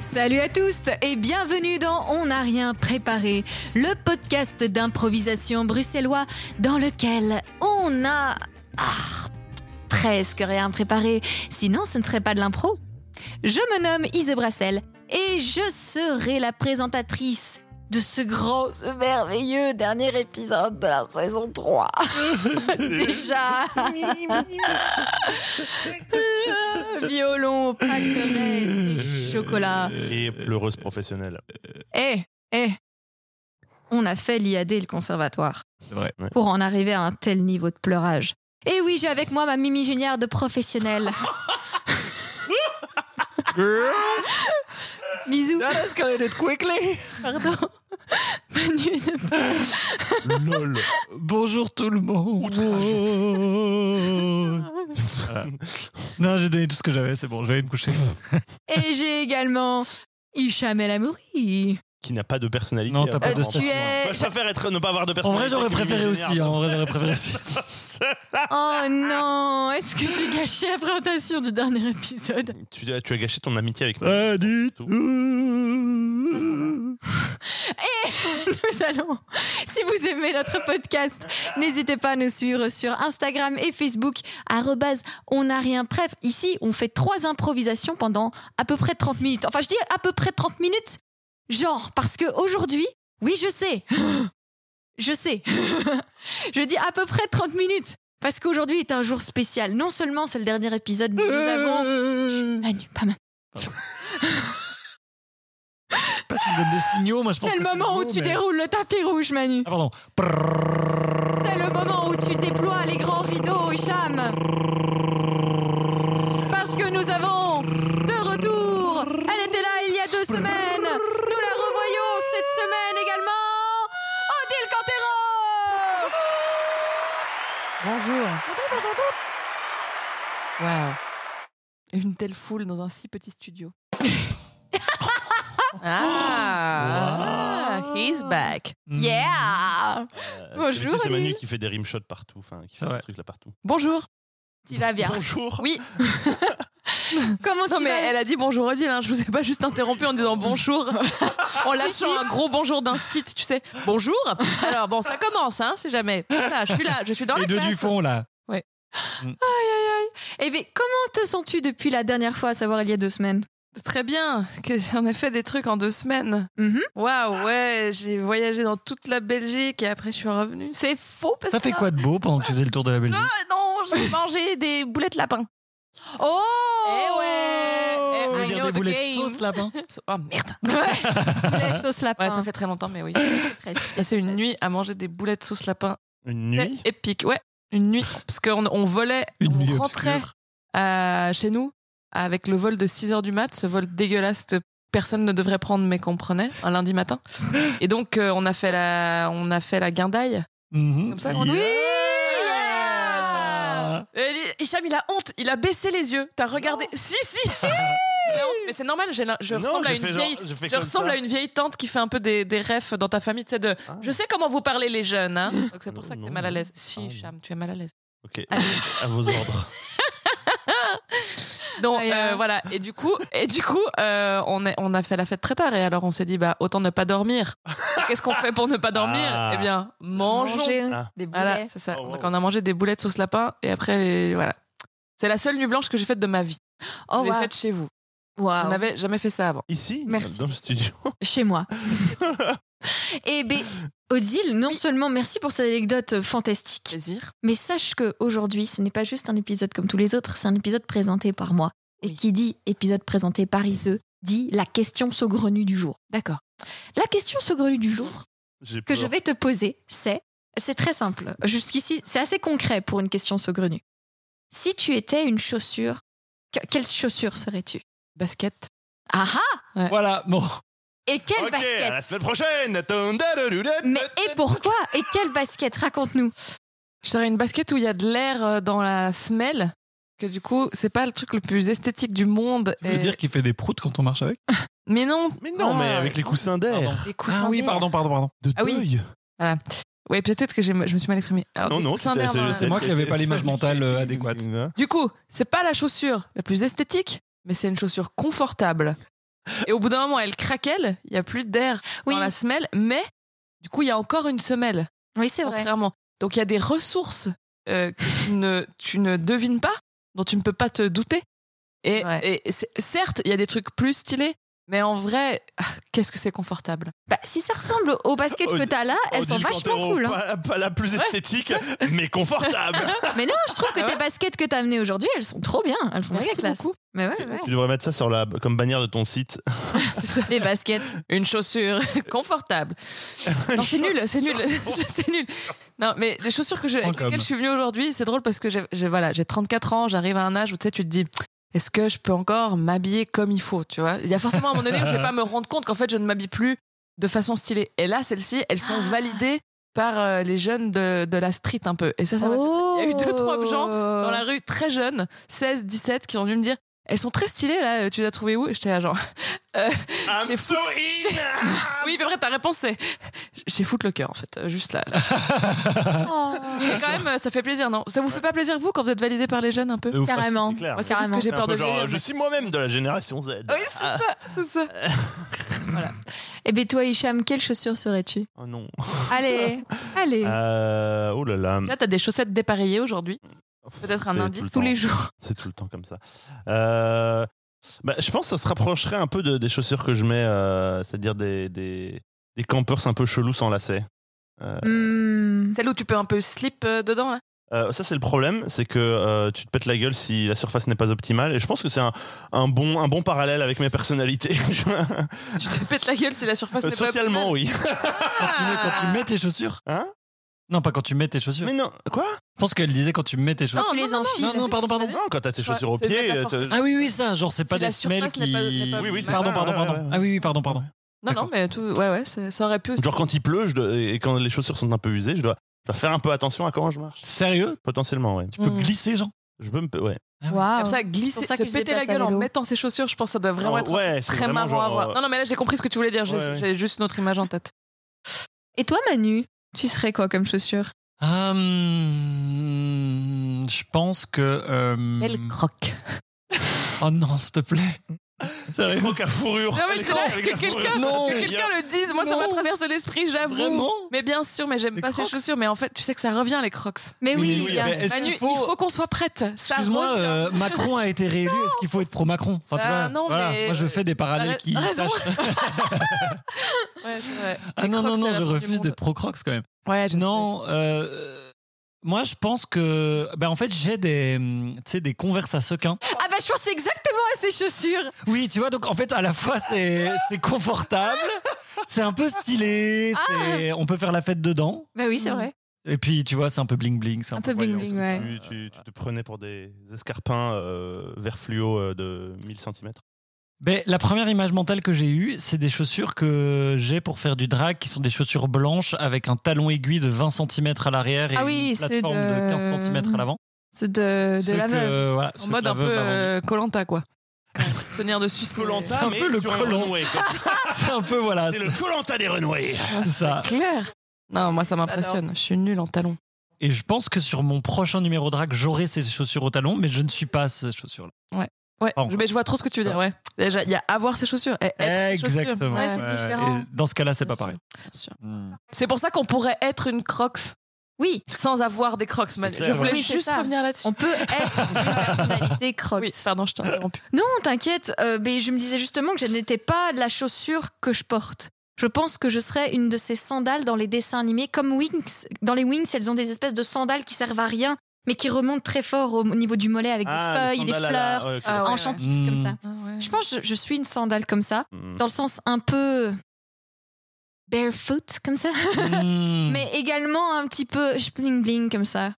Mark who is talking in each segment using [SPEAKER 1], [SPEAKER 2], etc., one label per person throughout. [SPEAKER 1] Salut à tous et bienvenue dans On n'a rien préparé, le podcast d'improvisation bruxellois dans lequel on a ah, presque rien préparé, sinon ce ne serait pas de l'impro. Je me nomme Ise Brassel et je serai la présentatrice de ce gros, ce merveilleux dernier épisode de la saison 3. Déjà Violon, pâquerettes et chocolat.
[SPEAKER 2] Et pleureuse professionnelle.
[SPEAKER 1] Eh, eh On a fait l'IAD et le conservatoire.
[SPEAKER 3] C'est vrai.
[SPEAKER 1] Pour en arriver à un tel niveau de pleurage. Et oui, j'ai avec moi ma Mimi Junior de professionnelle. Bisous.
[SPEAKER 3] escalated quickly.
[SPEAKER 1] Pardon. Manu ne pas.
[SPEAKER 2] LOL.
[SPEAKER 3] Bonjour tout le monde. Voilà. Non, j'ai donné tout ce que j'avais, c'est bon, je vais aller me coucher.
[SPEAKER 1] Et j'ai également Hicham El Amouri.
[SPEAKER 2] Qui n'a pas de personnalité.
[SPEAKER 3] Non, t'as pas de
[SPEAKER 2] apparemment.
[SPEAKER 1] Euh, tu es.
[SPEAKER 2] Moi, je préfère être, ne pas avoir de
[SPEAKER 3] En
[SPEAKER 2] personnalité.
[SPEAKER 3] vrai, j'aurais
[SPEAKER 2] que
[SPEAKER 3] préféré
[SPEAKER 2] Mimi
[SPEAKER 3] aussi. hein,
[SPEAKER 2] Géniard.
[SPEAKER 3] en vrai, j'aurais préféré aussi.
[SPEAKER 1] Oh non Est-ce que j'ai gâché la présentation du dernier épisode
[SPEAKER 3] hein.
[SPEAKER 2] Tu, as- tu as gâché ton amitié avec moi.
[SPEAKER 3] Pas du
[SPEAKER 2] tout.
[SPEAKER 1] Nous allons. Si vous aimez notre podcast, n'hésitez pas à nous suivre sur Instagram et Facebook. arrobase On n'a rien. Bref, ici, on fait trois improvisations pendant à peu près 30 minutes. Enfin, je dis à peu près 30 minutes. Genre, parce que aujourd'hui, oui, je sais. Je sais. Je dis à peu près 30 minutes. Parce qu'aujourd'hui est un jour spécial. Non seulement c'est le dernier épisode, mais nous
[SPEAKER 3] Euh.
[SPEAKER 1] avons. Chut, Manu, pas Manu.
[SPEAKER 3] Pas tu me donnes des signaux, moi je pense
[SPEAKER 1] C'est le
[SPEAKER 3] que
[SPEAKER 1] moment où
[SPEAKER 3] beau,
[SPEAKER 1] tu
[SPEAKER 3] mais-
[SPEAKER 1] déroules le tapis rouge, Manu.
[SPEAKER 3] Ah, pardon.
[SPEAKER 1] C'est le moment où tu déploies les grands rideaux, Hicham. Parce que nous avons de retour. Elle était là il y a deux semaines. Nous la revoyons cette semaine également. Odile Cantero.
[SPEAKER 4] Bonjour. Waouh. Une telle foule dans un si petit studio. ah,
[SPEAKER 3] Wow.
[SPEAKER 4] he's back.
[SPEAKER 3] Mm.
[SPEAKER 1] Yeah.
[SPEAKER 2] Euh,
[SPEAKER 1] Bonjour,
[SPEAKER 2] d'habitude, C'est Manu
[SPEAKER 1] Olivier.
[SPEAKER 2] qui fait des rimshots partout. Enfin, qui
[SPEAKER 3] C'est
[SPEAKER 2] fait ce
[SPEAKER 3] vrai.
[SPEAKER 2] truc là partout.
[SPEAKER 4] Bonjour.
[SPEAKER 1] Tu vas bien.
[SPEAKER 2] Bonjour.
[SPEAKER 4] Oui.
[SPEAKER 1] Comment
[SPEAKER 4] Non
[SPEAKER 1] tu
[SPEAKER 4] mais
[SPEAKER 1] vas
[SPEAKER 4] elle a dit bonjour Odile. hein. Je vous ai pas juste interrompu en disant bonjour, en lâchant
[SPEAKER 1] si.
[SPEAKER 4] un gros bonjour d'instit. Tu sais, bonjour. Alors bon, ça commence, hein, si jamais. Voilà, je suis là, je suis dans
[SPEAKER 3] Les
[SPEAKER 4] la
[SPEAKER 3] deux
[SPEAKER 4] classe.
[SPEAKER 3] du fond, là.
[SPEAKER 1] Eh bien, comment te sens-tu depuis la dernière fois, à savoir il y a deux semaines
[SPEAKER 4] Très bien. Que j'en ai fait des trucs en deux semaines.
[SPEAKER 1] Mhm.
[SPEAKER 4] Waouh, ouais, j'ai voyagé dans toute la Belgique et après je suis revenue. C'est faux parce
[SPEAKER 3] Ça
[SPEAKER 4] que
[SPEAKER 3] fait quoi de beau pendant que tu faisais le tour de la Belgique
[SPEAKER 4] Ah non, j'ai mangé des boulettes lapin.
[SPEAKER 1] Oh
[SPEAKER 4] Eh ouais.
[SPEAKER 3] Tu
[SPEAKER 4] I
[SPEAKER 3] veux dire
[SPEAKER 4] know
[SPEAKER 3] des
[SPEAKER 4] the
[SPEAKER 3] boulettes
[SPEAKER 4] game.
[SPEAKER 3] sauce lapin
[SPEAKER 4] Oh merde.
[SPEAKER 1] Poulet sauce lapin.
[SPEAKER 4] Eh,
[SPEAKER 3] Ah.
[SPEAKER 4] Ouais, ça fait très longtemps, mais oui.
[SPEAKER 1] Presque.
[SPEAKER 4] Passer une nuit à manger des boulettes sauce lapin.
[SPEAKER 2] Une
[SPEAKER 4] C'était
[SPEAKER 2] nuit.
[SPEAKER 4] Épique, ouais. Une nuit. Parce qu'on on volait,
[SPEAKER 3] Une nuit
[SPEAKER 4] on rentrait
[SPEAKER 3] obscure.
[SPEAKER 4] à- chez nous avec le vol de 6 heures du mat, ce vol dégueulasse que personne ne devrait prendre, mais qu'on prenait un lundi matin. Et donc, euh, on, a fait la, on a fait la guindaille.
[SPEAKER 3] Mhm.
[SPEAKER 4] Comme ça qu'on dit.
[SPEAKER 3] Yeah.
[SPEAKER 4] Yeah. Et Hicham, il a honte, il a baissé les yeux. T'as regardé. Si, si, si Il a honte. Mais c'est normal, j'ai la- je
[SPEAKER 2] Non,
[SPEAKER 4] ressemble, à
[SPEAKER 2] j'ai
[SPEAKER 4] une,
[SPEAKER 2] fait genre-
[SPEAKER 4] vieille,
[SPEAKER 2] j'ai fait
[SPEAKER 4] je
[SPEAKER 2] comme
[SPEAKER 4] ressemble
[SPEAKER 2] ça.
[SPEAKER 4] à une vieille tante qui fait un peu des, des refs dans ta famille, tu sais, de
[SPEAKER 2] Ah.
[SPEAKER 4] je sais comment vous parlez les jeunes, hein. Donc c'est pour
[SPEAKER 2] Non,
[SPEAKER 4] ça que t'es
[SPEAKER 2] non,
[SPEAKER 4] mal à l'aise.
[SPEAKER 2] Ah,
[SPEAKER 4] Si,
[SPEAKER 2] non.
[SPEAKER 4] Hicham, tu es mal à l'aise.
[SPEAKER 2] Ok.
[SPEAKER 4] Allez.
[SPEAKER 2] À vos ordres.
[SPEAKER 4] Donc
[SPEAKER 1] Aïe,
[SPEAKER 4] euh,
[SPEAKER 1] aïe.
[SPEAKER 4] voilà, et du coup, et du coup euh, on, est- on a fait la fête très tard, et alors on s'est dit, bah autant ne pas dormir. Qu'est-ce qu'on fait pour ne pas dormir
[SPEAKER 2] Ah.
[SPEAKER 4] Eh bien, mangeons.
[SPEAKER 1] Manger
[SPEAKER 2] Ah.
[SPEAKER 1] des boulets.
[SPEAKER 4] Voilà, c'est ça.
[SPEAKER 2] Oh, wow.
[SPEAKER 4] Donc on a mangé des boulettes sauce lapin et après, voilà. C'est la seule nuit blanche que j'ai faite de ma vie.
[SPEAKER 1] Oh,
[SPEAKER 4] je l'ai
[SPEAKER 1] wow. Ah, oh.
[SPEAKER 4] faite chez vous.
[SPEAKER 1] Wow.
[SPEAKER 4] On n'avait jamais fait ça avant.
[SPEAKER 2] Ici.
[SPEAKER 1] Merci.
[SPEAKER 2] Dans le studio.
[SPEAKER 1] chez moi. Et ben, Odile, non seulement merci pour cette anecdote euh, fantastique,
[SPEAKER 4] Plaisir.
[SPEAKER 1] mais sache que aujourd'hui, ce n'est pas juste un épisode comme tous les autres, c'est un épisode présenté par moi. Et
[SPEAKER 4] Oui.
[SPEAKER 1] qui dit épisode présenté par Iseux dit la question saugrenue du jour.
[SPEAKER 4] D'accord.
[SPEAKER 1] La question saugrenue du jour
[SPEAKER 2] J'ai
[SPEAKER 1] que
[SPEAKER 2] peur.
[SPEAKER 1] je vais te poser, c'est c'est très simple. Jusqu'ici, c'est assez concret pour une question saugrenue. Si tu étais une chaussure, que- quelle chaussure serais-tu
[SPEAKER 4] Basket.
[SPEAKER 1] Ah ah
[SPEAKER 3] Voilà, bon.
[SPEAKER 1] Et quelle
[SPEAKER 2] Ok.
[SPEAKER 1] basket
[SPEAKER 2] À la semaine prochaine.
[SPEAKER 1] Mais et pourquoi Et quelle basket Raconte-nous.
[SPEAKER 4] Je serais une basket où il y a de l'air euh, dans la semelle, que du coup, c'est pas le truc le plus esthétique du monde.
[SPEAKER 3] Tu veux
[SPEAKER 4] Et-
[SPEAKER 3] dire qu'il fait des proutes quand on marche avec
[SPEAKER 4] Mais non,
[SPEAKER 2] Mais non, mais avec les coussins
[SPEAKER 3] Ah. Pardon.
[SPEAKER 2] d'air.
[SPEAKER 4] des coussins.
[SPEAKER 3] Ah oui,
[SPEAKER 4] d'air.
[SPEAKER 3] pardon, pardon, pardon.
[SPEAKER 2] De
[SPEAKER 4] Ah oui.
[SPEAKER 2] deuil.
[SPEAKER 4] Ouais, peut-être que j'ai- je me suis mal exprimée. Alors,
[SPEAKER 2] Non,
[SPEAKER 4] des
[SPEAKER 2] non,
[SPEAKER 4] coussins hein.
[SPEAKER 2] c'était-
[SPEAKER 4] d'air dans la-
[SPEAKER 3] C'est moi qui avais pas l'image mentale euh, adéquate.
[SPEAKER 2] hein.
[SPEAKER 4] Du coup, c'est pas la chaussure la plus esthétique, mais c'est une chaussure confortable Et au bout d'un moment, elle craquelle, il n'y a plus d'air
[SPEAKER 1] Oui.
[SPEAKER 4] dans la semelle, mais du coup, il y a encore une semelle,
[SPEAKER 1] Oui, c'est vrai.
[SPEAKER 4] contrairement. Donc, il y a des ressources euh, que tu ne, tu ne devines pas, dont tu ne peux pas te douter. Et,
[SPEAKER 1] Ouais.
[SPEAKER 4] et c'est- certes, il y a des trucs plus stylés, mais en vrai, ah, qu'est-ce que c'est confortable.
[SPEAKER 1] Bah, si ça ressemble au basket
[SPEAKER 4] Oh,
[SPEAKER 1] que
[SPEAKER 2] Odile-
[SPEAKER 1] t'as là, elles sont
[SPEAKER 2] Odile
[SPEAKER 1] vachement
[SPEAKER 2] Cantero,
[SPEAKER 1] cool. hein.
[SPEAKER 2] Pas, pas la plus esthétique, mais confortable.
[SPEAKER 1] Mais non, je trouve que tes baskets que t'as amenées aujourd'hui, elles sont trop bien. Elles sont méga
[SPEAKER 4] Ah Merci
[SPEAKER 1] classe.
[SPEAKER 4] beaucoup.
[SPEAKER 1] Mais ouais, ouais.
[SPEAKER 2] tu devrais mettre ça sur la, comme bannière de ton site.
[SPEAKER 1] Les baskets.
[SPEAKER 4] Une chaussure confortable. Non, c'est nul, c'est nul, c'est nul. Non, mais les chaussures que je,
[SPEAKER 3] En
[SPEAKER 4] avec
[SPEAKER 3] com.
[SPEAKER 4] lesquelles je suis venue aujourd'hui, c'est drôle parce que j'ai j'ai- voilà, j'ai 34 ans, j'arrive à un âge où tu sais, tu te dis, est-ce que je peux encore m'habiller comme il faut, tu vois Il y a forcément un moment donné où je vais pas me rendre compte qu'en fait, je ne m'habille plus de façon stylée. Et là, celles-ci, elles sont validées par euh, les jeunes de, de la street un peu. Et ça, ça m'a fait-
[SPEAKER 1] Oh.
[SPEAKER 4] Il y a eu deux, trois gens dans la rue très jeunes, 16, 17, qui ont dû me dire, elles sont très stylées là, tu les as trouvées où Et J'étais là genre.
[SPEAKER 2] I'm
[SPEAKER 4] J'ai
[SPEAKER 2] so in!
[SPEAKER 4] Oui, mais vrai, ta réponse c'est chez Footlocker en fait, euh, juste là. là.
[SPEAKER 1] Oh.
[SPEAKER 4] Mais quand même, euh, ça fait plaisir, non Ça vous fait pas plaisir vous quand vous êtes validé par les jeunes un peu
[SPEAKER 3] De ouf.
[SPEAKER 1] Carrément.
[SPEAKER 2] C'est clair.
[SPEAKER 4] Moi, c'est juste
[SPEAKER 1] Carrément.
[SPEAKER 4] que j'ai
[SPEAKER 2] C'est un
[SPEAKER 4] peur de
[SPEAKER 2] peu genre,
[SPEAKER 4] vieillir.
[SPEAKER 2] je suis moi-même de la génération Z.
[SPEAKER 4] Oui, c'est ça, c'est ça.
[SPEAKER 1] Eh bien, toi, Hicham, quelle chaussure serais-tu
[SPEAKER 2] Oh non.
[SPEAKER 1] Allez, allez.
[SPEAKER 4] Ah.
[SPEAKER 2] Euh, oh là là.
[SPEAKER 4] Là, t'as des chaussettes dépareillées aujourd'hui. peut-être un
[SPEAKER 2] C'est
[SPEAKER 4] indice.
[SPEAKER 2] tout le
[SPEAKER 1] Tous
[SPEAKER 2] temps.
[SPEAKER 1] les jours.
[SPEAKER 2] C'est tout le temps comme ça. Euh, bah, je pense que ça se rapprocherait un peu de- des chaussures que je mets, euh, c'est-à-dire des, des, des campers un peu chelous sans lacets. Euh,
[SPEAKER 1] Hmm.
[SPEAKER 4] Celle où tu peux un peu slip euh, dedans là.
[SPEAKER 2] euh, ça, c'est le problème, c'est que euh, tu te pètes la gueule si la surface n'est pas optimale. Et je pense que c'est un, un bon, un bon parallèle avec mes personnalités.
[SPEAKER 4] Tu te pètes la gueule si la surface
[SPEAKER 2] Euh,
[SPEAKER 4] n'est pas
[SPEAKER 2] Socialement, oui.
[SPEAKER 3] Quand tu, mets, quand tu mets tes chaussures
[SPEAKER 2] Hein
[SPEAKER 3] Non, pas quand tu mets tes chaussures.
[SPEAKER 2] Mais non, quoi
[SPEAKER 3] Je pense qu'elle disait quand tu mets tes
[SPEAKER 1] Quand
[SPEAKER 3] chaussures.
[SPEAKER 1] tu les enfiles.
[SPEAKER 3] non, non, pardon, pardon.
[SPEAKER 2] Non, quand t'as tes
[SPEAKER 4] Ouais,
[SPEAKER 2] chaussures au
[SPEAKER 4] c'est
[SPEAKER 2] pied.
[SPEAKER 4] de la
[SPEAKER 2] euh, t'as-
[SPEAKER 4] force.
[SPEAKER 3] Ah oui, oui, ça, genre, c'est pas
[SPEAKER 4] Si la
[SPEAKER 3] des semelles
[SPEAKER 4] surface
[SPEAKER 3] qui.
[SPEAKER 4] n'est pas- n'est pas- Oui, oui, c'est
[SPEAKER 2] ça,
[SPEAKER 3] pardon, pardon,
[SPEAKER 2] ouais,
[SPEAKER 3] pardon.
[SPEAKER 2] ouais, ouais.
[SPEAKER 3] Ah oui, oui, pardon, pardon.
[SPEAKER 4] Non, non, mais tout, ouais, ouais, c'est- ça aurait pu aussi.
[SPEAKER 2] Genre, quand il pleut je dois- et quand les chaussures sont un peu usées, je dois, je dois faire un peu attention à comment je marche.
[SPEAKER 3] Sérieux
[SPEAKER 2] Potentiellement, ouais.
[SPEAKER 3] Tu peux
[SPEAKER 4] Mm.
[SPEAKER 3] glisser, genre
[SPEAKER 2] Je peux me. Ouais.
[SPEAKER 1] Waouh.
[SPEAKER 4] Ah Comme ça,
[SPEAKER 1] C'est
[SPEAKER 4] glisser,
[SPEAKER 1] pour ça
[SPEAKER 4] se
[SPEAKER 1] qu'ils
[SPEAKER 4] péter la
[SPEAKER 1] déplacent à
[SPEAKER 4] gueule en
[SPEAKER 1] vélo.
[SPEAKER 4] mettant ses chaussures, je pense que ça doit vraiment
[SPEAKER 2] Non,
[SPEAKER 4] être
[SPEAKER 2] Ah, ouais, c'est
[SPEAKER 4] très
[SPEAKER 2] vraiment
[SPEAKER 4] marrant à
[SPEAKER 2] genre,
[SPEAKER 4] voir.
[SPEAKER 2] euh,
[SPEAKER 4] Non, non, mais là, j'ai compris ce que tu voulais dire. J'ai
[SPEAKER 2] Ouais, ouais.
[SPEAKER 4] j'ai juste notre image en tête.
[SPEAKER 1] Et toi, Manu, tu serais quoi comme chaussure
[SPEAKER 3] Ah, hum, Je pense que. euh,
[SPEAKER 4] Belle croque.
[SPEAKER 3] Oh non, s'il te plaît.
[SPEAKER 2] Les
[SPEAKER 3] Sérieux
[SPEAKER 2] crocs à fourrure.
[SPEAKER 4] Non, mais
[SPEAKER 2] Oh, Les
[SPEAKER 4] c'est là
[SPEAKER 2] crocs avec
[SPEAKER 4] que
[SPEAKER 2] la
[SPEAKER 4] quelqu'un
[SPEAKER 2] fourrure.
[SPEAKER 3] Non.
[SPEAKER 4] que quelqu'un le dise. Moi, ça m'a
[SPEAKER 3] Non.
[SPEAKER 4] traversé l'esprit, j'avoue.
[SPEAKER 3] Vraiment
[SPEAKER 4] Mais bien sûr, mais j'aime
[SPEAKER 3] Les
[SPEAKER 4] pas ces
[SPEAKER 3] Crocs
[SPEAKER 4] chaussures. Mais en fait, tu sais que ça revient les Crocs.
[SPEAKER 1] Mais
[SPEAKER 2] Oui,
[SPEAKER 1] oui,
[SPEAKER 2] mais oui,
[SPEAKER 1] bien
[SPEAKER 2] mais
[SPEAKER 1] sûr.
[SPEAKER 3] est-ce
[SPEAKER 4] Manu,
[SPEAKER 3] qu'il
[SPEAKER 4] il
[SPEAKER 3] faut-
[SPEAKER 4] faut qu'on soit prête. Ça
[SPEAKER 3] Excuse-moi,
[SPEAKER 4] revient.
[SPEAKER 3] euh, Macron a été réélu. Est-ce qu'il faut être pro-Macron Enfin, tu vois,
[SPEAKER 4] Bah, non,
[SPEAKER 3] voilà.
[SPEAKER 4] mais-
[SPEAKER 3] Moi, je fais des parallèles
[SPEAKER 4] T'as
[SPEAKER 3] qui.
[SPEAKER 4] raison.
[SPEAKER 3] tâchent.
[SPEAKER 4] Ouais, c'est vrai.
[SPEAKER 3] Ah
[SPEAKER 4] Les
[SPEAKER 3] non,
[SPEAKER 4] Crocs,
[SPEAKER 3] non, non,
[SPEAKER 4] c'est
[SPEAKER 3] je
[SPEAKER 4] la fin du
[SPEAKER 3] refuse
[SPEAKER 4] monde.
[SPEAKER 3] d'être pro-Crocs quand même.
[SPEAKER 4] Ouais, je
[SPEAKER 3] Non,
[SPEAKER 4] sais,
[SPEAKER 3] euh, euh, moi je pense que. Ben, en fait, j'ai des, hum, tu sais, des converses à sequins.
[SPEAKER 1] Ah bah, je pensais exactement à ces chaussures.
[SPEAKER 3] Oui, tu vois, donc en fait, à la fois, c'est c'est confortable, c'est un peu stylé, c'est- on peut faire la fête dedans.
[SPEAKER 1] Bah oui, c'est
[SPEAKER 4] Mm.
[SPEAKER 1] vrai.
[SPEAKER 3] Et puis, tu vois, c'est un peu bling-bling. c'est
[SPEAKER 1] Un
[SPEAKER 3] Un
[SPEAKER 1] peu
[SPEAKER 3] peu
[SPEAKER 1] bling
[SPEAKER 3] voyant,
[SPEAKER 1] bling,
[SPEAKER 3] c'est-
[SPEAKER 1] ouais.
[SPEAKER 2] Tu, tu- tu te prenais pour des escarpins euh, vert fluo euh, de 1000 cm.
[SPEAKER 3] Ben, la première image mentale que j'ai eue, c'est des chaussures que j'ai pour faire du drag, qui sont des chaussures blanches avec un talon aiguille de 20 cm à l'arrière et
[SPEAKER 1] Ah oui,
[SPEAKER 3] une
[SPEAKER 1] ceux
[SPEAKER 3] plateforme de...
[SPEAKER 1] de-
[SPEAKER 3] 15 cm à l'avant.
[SPEAKER 1] Ceux de, de
[SPEAKER 3] Ceux
[SPEAKER 1] la
[SPEAKER 3] que- euh,
[SPEAKER 1] veuve.
[SPEAKER 3] voilà,
[SPEAKER 4] c'est-
[SPEAKER 3] ceux
[SPEAKER 4] En
[SPEAKER 3] que
[SPEAKER 4] mode
[SPEAKER 3] la
[SPEAKER 4] un
[SPEAKER 3] veuve a vendus.
[SPEAKER 4] peu euh, Colanta, quoi. Tenir dessus, c'est
[SPEAKER 2] Colanta,
[SPEAKER 3] C'est un
[SPEAKER 2] mais
[SPEAKER 3] peu le
[SPEAKER 2] sur un
[SPEAKER 3] Koh-Lanta.
[SPEAKER 2] runway, quoi.
[SPEAKER 3] C'est un peu, voilà,
[SPEAKER 2] C'est le Colanta des runways.
[SPEAKER 3] c'est ça.
[SPEAKER 4] clair. Non, moi, ça m'impressionne. Je suis nulle en talons.
[SPEAKER 3] Et je pense que sur mon prochain numéro drag, j'aurai ces chaussures au talon, mais je ne suis pas ces chaussures-là.
[SPEAKER 4] Ouais,
[SPEAKER 3] Pardon.
[SPEAKER 4] je, mais je vois trop ce que tu veux dire. Ouais. Déjà, il y a avoir ses chaussures et être ses chaussures.
[SPEAKER 3] Exactement.
[SPEAKER 1] Ouais, c'est
[SPEAKER 3] Euh,
[SPEAKER 1] différent.
[SPEAKER 3] et dans ce cas-là, c'est
[SPEAKER 4] Bien
[SPEAKER 3] pas
[SPEAKER 4] sûr,
[SPEAKER 3] pareil.
[SPEAKER 4] bien sûr. C'est pour ça qu'on pourrait être une Crocs
[SPEAKER 1] Oui,
[SPEAKER 4] sans avoir des Crocs, Manu.
[SPEAKER 2] clair,
[SPEAKER 4] Je voulais
[SPEAKER 1] Oui, c'est
[SPEAKER 4] juste
[SPEAKER 1] ça.
[SPEAKER 4] revenir là-dessus.
[SPEAKER 1] on peut être une personnalité crocs.
[SPEAKER 4] Oui, pardon, je t'ai interrompu.
[SPEAKER 1] Non, t'inquiète, euh, mais je me disais justement que je n'étais pas la chaussure que je porte. Je pense que je serais une de ces sandales dans les dessins animés, comme Wings. Dans les Wings, elles ont des espèces de sandales qui servent à rien, mais qui remontent très fort au niveau du mollet avec des
[SPEAKER 2] Ah, le
[SPEAKER 1] feuilles, des
[SPEAKER 2] sandal à la-
[SPEAKER 1] fleurs,
[SPEAKER 2] ouais, ok.
[SPEAKER 4] Ah ouais.
[SPEAKER 1] en chantiques
[SPEAKER 3] Hmm.
[SPEAKER 1] comme ça. Je
[SPEAKER 4] Je
[SPEAKER 1] pense que je, je suis une sandale comme ça,
[SPEAKER 2] Mm.
[SPEAKER 1] dans le sens un peu barefoot comme ça,
[SPEAKER 3] Mm.
[SPEAKER 1] mais également un petit peu bling bling comme ça.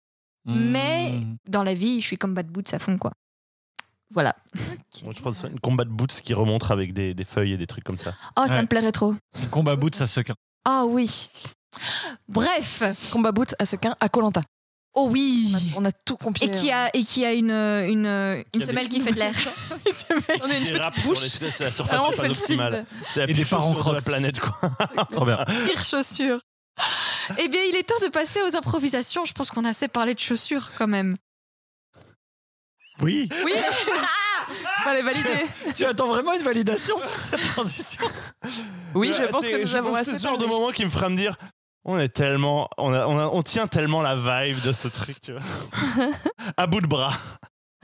[SPEAKER 3] Mm.
[SPEAKER 1] Mais dans la vie, je suis comme Bad Boots à fond quoi. Voilà.
[SPEAKER 2] Moi, je pense que c'est une combat de boots qui remonte avec des, des feuilles et des trucs comme ça.
[SPEAKER 1] Oh, ça
[SPEAKER 3] Ouais.
[SPEAKER 1] me plairait trop.
[SPEAKER 3] Le combat bout, ça se
[SPEAKER 1] Ah oui. Bref.
[SPEAKER 4] combat boot à sequin à Colanta.
[SPEAKER 1] Oh oui.
[SPEAKER 4] On a tout compilé.
[SPEAKER 1] Et qui a et qui a une une, une
[SPEAKER 2] Qui a
[SPEAKER 1] semelle
[SPEAKER 2] des-
[SPEAKER 1] qui fait de l'air. Une semelle.
[SPEAKER 4] On a une
[SPEAKER 2] Des
[SPEAKER 4] petite
[SPEAKER 2] râpes
[SPEAKER 4] bouche.
[SPEAKER 2] sur les- c'est la surface
[SPEAKER 4] Vraiment,
[SPEAKER 2] qui est
[SPEAKER 4] Ah, fait
[SPEAKER 2] pas
[SPEAKER 4] le
[SPEAKER 2] optimale.
[SPEAKER 4] signe.
[SPEAKER 2] C'est la
[SPEAKER 3] Et
[SPEAKER 2] pire
[SPEAKER 3] des parents
[SPEAKER 2] chaussure de la
[SPEAKER 3] crocs.
[SPEAKER 2] planète, quoi.
[SPEAKER 3] Trop bien.
[SPEAKER 1] Pire chaussure. Eh bien, il est temps de passer aux improvisations. Je pense qu'on a assez parlé de chaussures quand même.
[SPEAKER 3] Oui.
[SPEAKER 4] Oui. Fallait valider.
[SPEAKER 3] Tu attends vraiment une validation sur cette transition
[SPEAKER 4] Oui, je
[SPEAKER 2] Euh,
[SPEAKER 4] pense
[SPEAKER 2] c'est-
[SPEAKER 4] que
[SPEAKER 2] je
[SPEAKER 4] nous avons
[SPEAKER 2] pense
[SPEAKER 4] assez.
[SPEAKER 2] C'est ce genre de
[SPEAKER 4] parlé.
[SPEAKER 2] moment qui me fera me dire on est tellement. On, a- on a- on tient tellement la vibe de ce truc, tu vois. à bout de bras.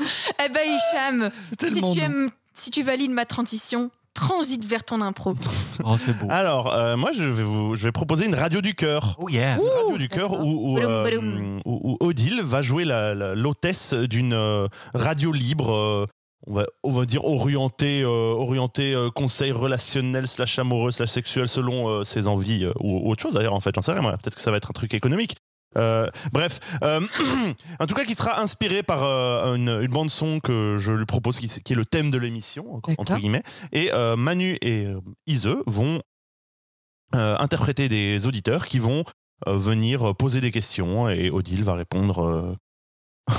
[SPEAKER 1] Eh ben, Hicham, si
[SPEAKER 3] Tellement
[SPEAKER 1] tu,
[SPEAKER 3] non.
[SPEAKER 1] aimes, si tu valides ma transition, transite vers ton impro.
[SPEAKER 3] Oh, c'est beau.
[SPEAKER 2] Alors, euh, moi, je vais, vous, je vais proposer une radio du cœur.
[SPEAKER 3] Oh yeah.
[SPEAKER 2] Une radio du cœur où, où,
[SPEAKER 1] Baloum,
[SPEAKER 2] euh,
[SPEAKER 1] baloum.
[SPEAKER 2] où- où Odile va jouer la- la- l'hôtesse d'une euh, radio libre. euh, on va, on va dire orientée, euh, orientée euh, conseil relationnel slash amoureux slash sexuel selon euh, ses envies euh, ou, ou autre chose d'ailleurs en fait j'en sais rien moi peut-être que ça va être un truc économique Euh, bref euh, en tout cas qui sera inspiré par euh, une, bande son que je lui propose qui, qui est le thème de l'émission entre
[SPEAKER 4] D'accord.
[SPEAKER 2] guillemets et euh, Manu et euh, Ise vont euh, interpréter des auditeurs qui vont euh, venir euh, poser des questions et Odile va répondre euh,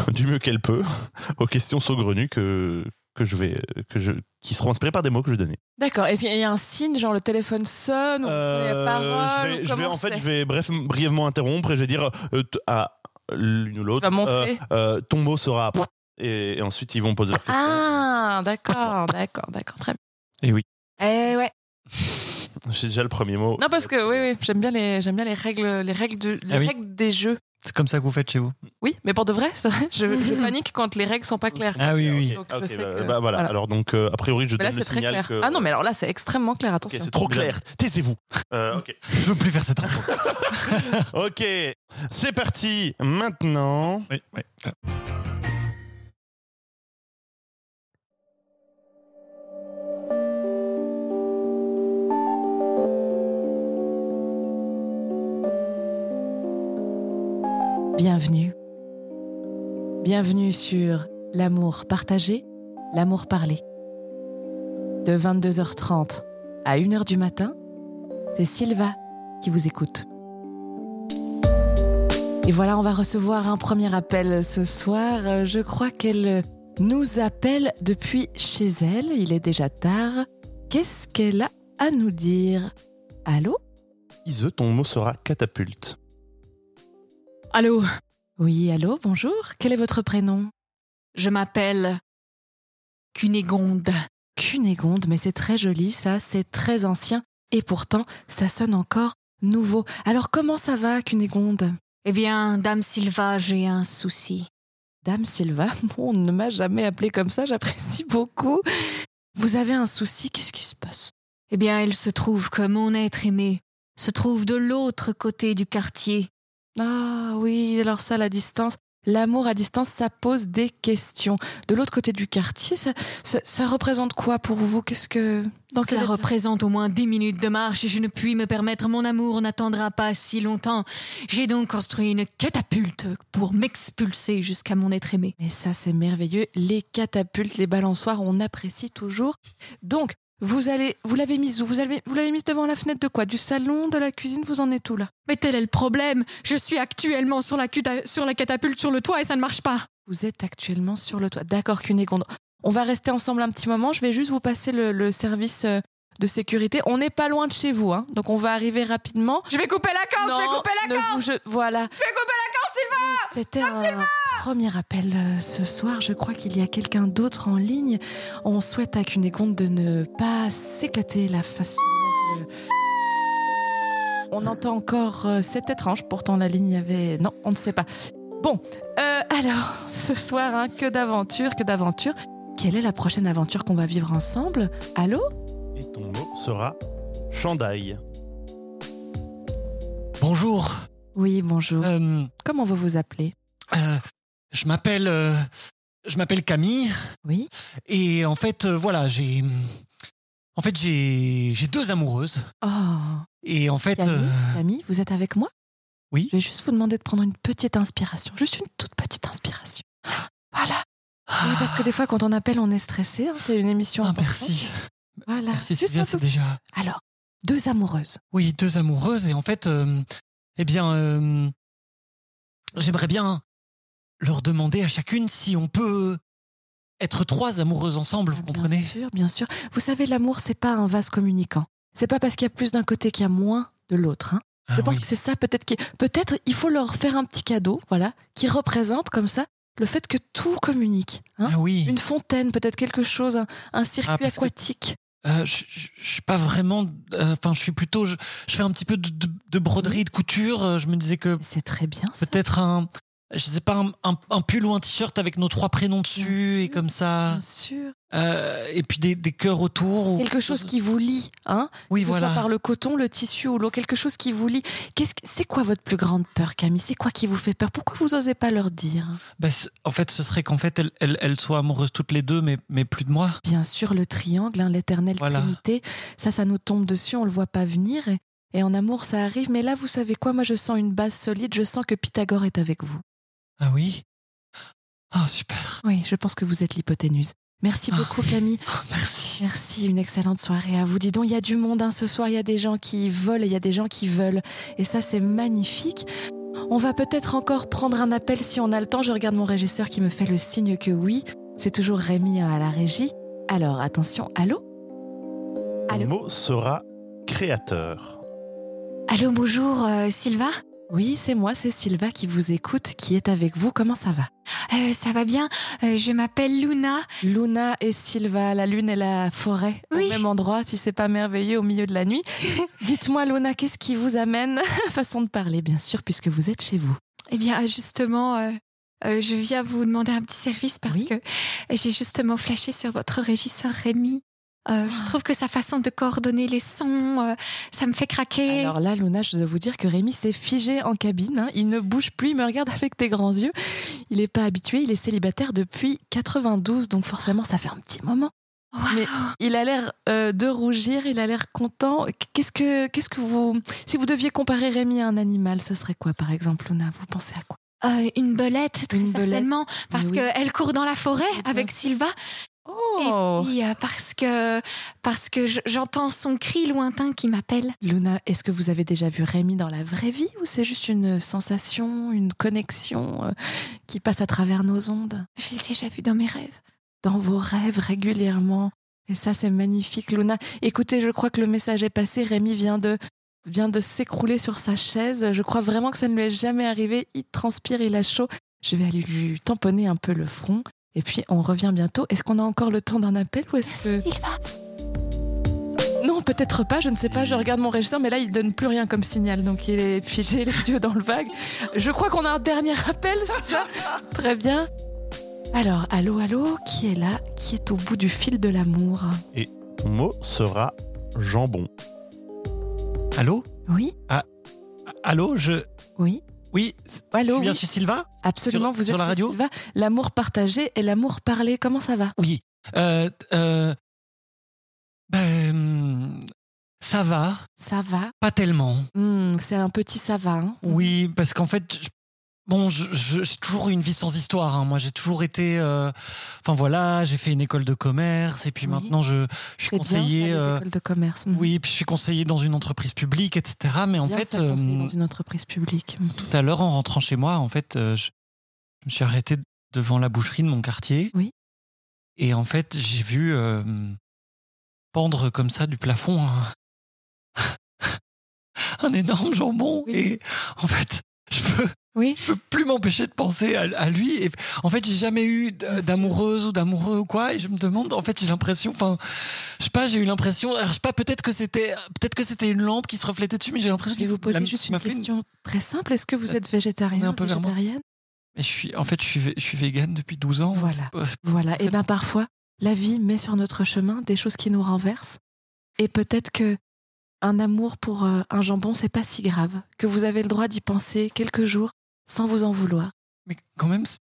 [SPEAKER 2] du mieux qu'elle peut aux questions saugrenues que, que je vais, que je, qui seront inspirées par des mots que je vais donner.
[SPEAKER 4] D'accord. Est-ce qu'il y a un signe, genre le téléphone sonne, ou
[SPEAKER 2] Euh,
[SPEAKER 4] la parole
[SPEAKER 2] je vais,
[SPEAKER 4] ou
[SPEAKER 2] je vais-
[SPEAKER 4] comment
[SPEAKER 2] en fait,
[SPEAKER 4] c'est
[SPEAKER 2] je vais bref, brièvement interrompre et je vais dire euh, t- à l'une ou
[SPEAKER 4] Tu
[SPEAKER 2] l'autre
[SPEAKER 4] vas montrer.
[SPEAKER 2] euh, euh, ton mot sera et, et ensuite ils vont poser leur question.
[SPEAKER 4] Ah, d'accord, d'accord, d'accord, très bien.
[SPEAKER 1] Eh ouais.
[SPEAKER 2] J'ai déjà le premier mot.
[SPEAKER 4] Ah. Non, parce que oui, oui, j'aime bien les, j'aime bien les règles, les règles de, les
[SPEAKER 3] Ah oui.
[SPEAKER 4] règles des jeux.
[SPEAKER 3] C'est comme ça que vous faites chez vous.
[SPEAKER 4] Oui, mais pour de vrai, c'est vrai, je, je panique quand les règles sont pas claires.
[SPEAKER 3] Ah oui, oui.
[SPEAKER 4] Donc,
[SPEAKER 2] Ok,
[SPEAKER 4] je sais
[SPEAKER 2] bah,
[SPEAKER 4] que-
[SPEAKER 2] bah, voilà.
[SPEAKER 4] voilà.
[SPEAKER 2] Alors donc euh, a priori je
[SPEAKER 4] Mais
[SPEAKER 2] donne
[SPEAKER 4] là,
[SPEAKER 2] le
[SPEAKER 4] c'est très
[SPEAKER 2] signal
[SPEAKER 4] clair.
[SPEAKER 2] que
[SPEAKER 4] Ah non, mais alors là, c'est extrêmement clair.
[SPEAKER 2] Ok,
[SPEAKER 4] Attention.
[SPEAKER 2] c'est trop clair. Taisez-vous. Euh, ok.
[SPEAKER 3] Je veux plus faire cette intro.
[SPEAKER 2] Ok, c'est parti maintenant.
[SPEAKER 3] Oui, oui.
[SPEAKER 4] Bienvenue. Bienvenue sur L'amour partagé, l'amour parlé. De 22h30 à 1h du matin, c'est Sylva qui vous écoute. Et voilà, on va recevoir un premier appel ce soir. Euh, Je crois qu'elle nous appelle depuis chez elle. Il est déjà tard. Qu'est-ce qu'elle a à nous dire Allô
[SPEAKER 2] Ise, ton mot sera catapulte.
[SPEAKER 1] Allô,
[SPEAKER 4] Oui, allô, bonjour. Quel est votre prénom
[SPEAKER 1] je m'appelle Cunégonde.
[SPEAKER 4] Cunégonde, mais c'est très joli, ça, c'est très ancien, et pourtant, ça sonne encore nouveau. Alors comment ça va, Cunégonde
[SPEAKER 1] Eh bien, Dame Silva, j'ai un souci.
[SPEAKER 4] Dame Silva, on ne m'a jamais appelé comme ça, j'apprécie beaucoup. Vous avez un souci, qu'est-ce qui se passe
[SPEAKER 1] Eh bien, il se trouve que mon être aimé se trouve de l'autre côté du quartier.
[SPEAKER 4] Ah oui, alors ça, la distance, l'amour à distance, ça pose des questions. De l'autre côté du quartier, ça, ça, ça représente quoi pour vous Qu'est-ce que... Dans
[SPEAKER 1] Cela
[SPEAKER 4] état-
[SPEAKER 1] représente au moins dix minutes de marche et je ne puis me permettre, mon amour n'attendra pas si longtemps. J'ai donc construit une catapulte pour m'expulser jusqu'à mon être aimé.
[SPEAKER 4] Mais ça, c'est merveilleux. Les catapultes, les balançoires, on apprécie toujours. Donc, vous allez, vous l'avez mise où Vous avez, vous l'avez mise devant la fenêtre de quoi Du salon, de la cuisine Vous en êtes où là
[SPEAKER 1] Mais tel est le problème. Je suis actuellement sur la, cuta- sur la catapulte sur le toit et ça ne marche pas.
[SPEAKER 4] Vous êtes actuellement sur le toit. D'accord, Cunégonde. On va rester ensemble un petit moment. Je vais juste vous passer le, le service euh, de sécurité. On n'est pas loin de chez vous, hein. donc on va arriver rapidement.
[SPEAKER 1] Je vais couper la corde, je vais couper la
[SPEAKER 4] ne vous- je- voilà.
[SPEAKER 1] Je vais couper la corde, Sylvain
[SPEAKER 4] C'était un premier appel euh, ce soir. Je crois qu'il y a quelqu'un d'autre en ligne. On souhaite à Cunégonde de ne pas s'éclater la façon. dont, euh, On entend encore. euh, C'est étrange. Pourtant, la ligne avait. Non, on ne sait pas. Bon, euh, alors, ce soir, hein, que d'aventures, que d'aventures. Quelle est la prochaine aventure qu'on va vivre ensemble Allô
[SPEAKER 2] Et ton mot sera chandail.
[SPEAKER 3] Bonjour.
[SPEAKER 4] Oui, bonjour.
[SPEAKER 3] Euh,
[SPEAKER 4] Comment vous vous appelez
[SPEAKER 3] euh, je m'appelle. euh, je m'appelle Camille.
[SPEAKER 4] Oui.
[SPEAKER 3] Et en fait, euh, voilà, j'ai. En fait, j'ai j'ai deux amoureuses.
[SPEAKER 4] Oh,
[SPEAKER 3] Et en fait.
[SPEAKER 4] Camille,
[SPEAKER 3] euh,
[SPEAKER 4] Camille, vous êtes avec moi
[SPEAKER 3] Oui.
[SPEAKER 4] Je vais juste vous demander de prendre une petite inspiration, juste une toute petite inspiration. Voilà. Oui, parce que des fois, quand on appelle, on est stressé. hein, c'est une émission.
[SPEAKER 3] ah,
[SPEAKER 4] importante.
[SPEAKER 3] merci.
[SPEAKER 4] Voilà.
[SPEAKER 3] Merci,
[SPEAKER 4] Juste
[SPEAKER 3] c'est bien,
[SPEAKER 4] un
[SPEAKER 3] c'est
[SPEAKER 4] tout-
[SPEAKER 3] déjà.
[SPEAKER 4] Alors, deux amoureuses.
[SPEAKER 3] Oui, deux amoureuses. Et en fait, euh, eh bien, euh, j'aimerais bien leur demander à chacune si on peut être trois amoureuses ensemble, vous
[SPEAKER 4] Bien
[SPEAKER 3] comprenez
[SPEAKER 4] sûr, bien sûr. Vous savez, l'amour, c'est pas un vase communicant. C'est pas parce qu'il y a plus d'un côté qu'il y a moins de l'autre. hein.
[SPEAKER 3] Ah
[SPEAKER 4] Je pense
[SPEAKER 3] oui.
[SPEAKER 4] que c'est ça, peut-être. qui- Peut-être il faut leur faire un petit cadeau, voilà, qui représente comme ça le fait que tout communique. hein.
[SPEAKER 3] Ah oui.
[SPEAKER 4] Une Ah, fontaine, peut-être quelque chose, un, un circuit
[SPEAKER 3] parce que-
[SPEAKER 4] aquatique.
[SPEAKER 3] Euh, je, je- je suis pas vraiment. euh, Enfin, je suis plutôt. Je, je fais un petit peu de, de- de broderie, de couture. Euh, Je me disais que
[SPEAKER 4] C'est très bien. ça.
[SPEAKER 3] peut-être un. Je sais pas, un, un- un pull ou un t-shirt avec nos trois prénoms dessus
[SPEAKER 4] Bien
[SPEAKER 3] et
[SPEAKER 4] sûr.
[SPEAKER 3] comme ça.
[SPEAKER 4] Bien sûr.
[SPEAKER 3] Euh, et puis des, des cœurs autour. Ou...
[SPEAKER 4] Quelque chose qui vous lie, hein
[SPEAKER 3] Oui,
[SPEAKER 4] que ce
[SPEAKER 3] voilà.
[SPEAKER 4] soit par le coton, le tissu ou l'eau, quelque chose qui vous lie. Qu'est-ce que- C'est quoi votre plus grande peur, Camille C'est quoi qui vous fait peur Pourquoi vous osez pas leur dire
[SPEAKER 3] Bah, c'est- en fait, ce serait qu'en fait, elles, elles- elles soient amoureuses toutes les deux, mais, mais plus de moi.
[SPEAKER 4] Bien sûr, le triangle, hein, l'éternelle
[SPEAKER 3] Voilà.
[SPEAKER 4] trinité, ça, ça nous tombe dessus, on le voit pas venir. Et, et en amour, ça arrive. Mais là, vous savez quoi Moi, je sens une base solide. Je sens que Pythagore est avec vous.
[SPEAKER 3] Ah oui Ah, super.
[SPEAKER 4] Oui, je pense que vous êtes l'hypoténuse. Merci
[SPEAKER 3] Ah.
[SPEAKER 4] beaucoup, Camille.
[SPEAKER 3] Oh, merci.
[SPEAKER 4] Merci, une excellente soirée à vous. Dis donc, il y a du monde hein, ce soir, il y a des gens qui volent et il y a des gens qui veulent. Et ça, c'est magnifique. On va peut-être encore prendre un appel si on a le temps. Je regarde mon régisseur qui me fait le signe que oui. C'est toujours Rémi hein, à la régie. Alors, attention, allô
[SPEAKER 2] Le
[SPEAKER 1] Allô
[SPEAKER 2] mot sera créateur.
[SPEAKER 1] Allô, bonjour, euh, Sylva
[SPEAKER 4] Oui, c'est moi, c'est Sylva qui vous écoute, qui est avec vous. Comment ça va
[SPEAKER 1] Euh, Ça va bien Euh, Je m'appelle Luna.
[SPEAKER 4] Luna et Sylva, la lune et la forêt,
[SPEAKER 1] Oui.
[SPEAKER 4] au même endroit, si c'est pas merveilleux, au milieu de la nuit. Dites-moi, Luna, qu'est-ce qui vous amène Façon de parler, bien sûr, puisque vous êtes chez vous.
[SPEAKER 1] Eh bien, euh, justement, euh, euh, je viens vous demander un petit service parce
[SPEAKER 4] Oui.
[SPEAKER 1] que j'ai justement flashé sur votre régisseur Rémi. Euh,
[SPEAKER 4] Ah.
[SPEAKER 1] je trouve que sa façon de coordonner les sons, euh, ça me fait craquer.
[SPEAKER 4] Alors là, Luna, je dois vous dire que Rémi s'est figé en cabine. hein. Il ne bouge plus, il me regarde avec tes grands yeux. Il n'est pas habitué, il est célibataire depuis 92, donc forcément, ça fait un petit moment.
[SPEAKER 1] Waouh.
[SPEAKER 4] mais- Il a l'air euh, de rougir, il a l'air content. Qu'est-ce que, qu'est-ce que vous. Si vous deviez comparer Rémi à un animal, ce serait quoi, par exemple, Luna Vous pensez à quoi
[SPEAKER 1] Euh, une belette, très
[SPEAKER 4] Une belette.
[SPEAKER 1] certainement, parce
[SPEAKER 4] oui.
[SPEAKER 1] qu'elle court dans la forêt
[SPEAKER 4] bien
[SPEAKER 1] avec
[SPEAKER 4] sûr.
[SPEAKER 1] Sylva.
[SPEAKER 4] Oh
[SPEAKER 1] Et puis, euh, parce que, parce que je- j'entends son cri lointain qui m'appelle.
[SPEAKER 4] Luna, est-ce que vous avez déjà vu Rémi dans la vraie vie ou c'est juste une sensation, une connexion euh, qui passe à travers nos ondes
[SPEAKER 1] Je l'ai déjà vu dans mes rêves.
[SPEAKER 4] dans vos rêves régulièrement. Et ça, c'est magnifique, Luna. Écoutez, je crois que le message est passé. Rémi vient de vient de s'écrouler sur sa chaise. Je crois vraiment que ça ne lui est jamais arrivé. Il transpire, il a chaud. Je vais aller lui tamponner un peu le front. Et puis, on revient bientôt. Est-ce qu'on a encore le temps d'un appel ou est-ce que...
[SPEAKER 1] Sylva,
[SPEAKER 4] Non, peut-être pas, je ne sais pas, je regarde mon régisseur, mais là, il donne plus rien comme signal, donc il est figé, les yeux dans le vague. Je crois qu'on a un dernier appel, c'est ça Très bien. Alors, allô, allô, qui est là Qui est au bout du fil de l'amour
[SPEAKER 2] Le mot sera jambon.
[SPEAKER 3] Allô
[SPEAKER 4] Oui,
[SPEAKER 3] Allô Je.
[SPEAKER 4] oui.
[SPEAKER 3] Oui, c- je
[SPEAKER 4] Allô,
[SPEAKER 3] suis bien
[SPEAKER 4] oui,
[SPEAKER 3] chez Sylvain
[SPEAKER 4] absolument,
[SPEAKER 3] sur-
[SPEAKER 4] vous
[SPEAKER 3] sur
[SPEAKER 4] êtes
[SPEAKER 3] la
[SPEAKER 4] chez
[SPEAKER 3] radio
[SPEAKER 4] Sylvain. L'amour partagé et l'amour parlé, comment ça va
[SPEAKER 3] Oui. Euh, euh, ben, hum, ça va,
[SPEAKER 4] Ça va
[SPEAKER 3] pas tellement.
[SPEAKER 4] Hmm, C'est un petit ça va, hein
[SPEAKER 3] Oui, parce qu'en fait, je- bon, je- je- j'ai toujours eu une vie sans histoire. hein. Moi, j'ai toujours été. euh, Enfin voilà, j'ai fait une école de commerce et puis
[SPEAKER 4] Oui.
[SPEAKER 3] maintenant, je, je suis
[SPEAKER 4] C'est bien, ça,
[SPEAKER 3] conseiller.
[SPEAKER 4] les
[SPEAKER 3] euh,
[SPEAKER 4] écoles de commerce. Hmm.
[SPEAKER 3] oui, puis je suis conseiller dans une entreprise publique, etc. Mais en
[SPEAKER 4] Bien,
[SPEAKER 3] fait,
[SPEAKER 4] ça, conseiller
[SPEAKER 3] euh,
[SPEAKER 4] dans une entreprise publique. Hmm.
[SPEAKER 3] tout à l'heure, en rentrant chez moi, en fait, euh, je, je me suis arrêté devant la boucherie de mon quartier.
[SPEAKER 4] Oui.
[SPEAKER 3] Et en fait, j'ai vu euh, pendre comme ça du plafond un, un énorme jambon.
[SPEAKER 4] Oui.
[SPEAKER 3] Et en fait, je peux,
[SPEAKER 4] Oui.
[SPEAKER 3] je peux plus m'empêcher de penser à, à lui. Et en fait, j'ai jamais eu d-
[SPEAKER 4] Bien sûr.
[SPEAKER 3] d'amoureuse ou d'amoureux ou quoi. Et je me demande, en fait, j'ai l'impression, enfin, je sais pas, j'ai eu l'impression, alors je sais pas, peut-être que c'était, peut-être que c'était une lampe qui se reflétait dessus, mais j'ai l'impression
[SPEAKER 4] Je vais
[SPEAKER 3] que
[SPEAKER 4] vous poser
[SPEAKER 3] la-
[SPEAKER 4] juste
[SPEAKER 3] m'a
[SPEAKER 4] une
[SPEAKER 3] fait
[SPEAKER 4] question très simple. Est-ce que vous êtes
[SPEAKER 3] On
[SPEAKER 4] végétarien
[SPEAKER 3] est un peu vers moi.
[SPEAKER 4] végétarienne
[SPEAKER 3] Mais je suis, en fait, je suis, vé- je suis vegan depuis 12 ans.
[SPEAKER 4] Voilà.
[SPEAKER 3] Euh,
[SPEAKER 4] Voilà. Et
[SPEAKER 3] fait-
[SPEAKER 4] bien parfois, la vie met sur notre chemin des choses qui nous renversent. Et peut-être que un amour pour euh, un jambon, c'est pas si grave. Que vous avez le droit d'y penser quelques jours sans vous en vouloir.
[SPEAKER 3] Mais quand même, c'est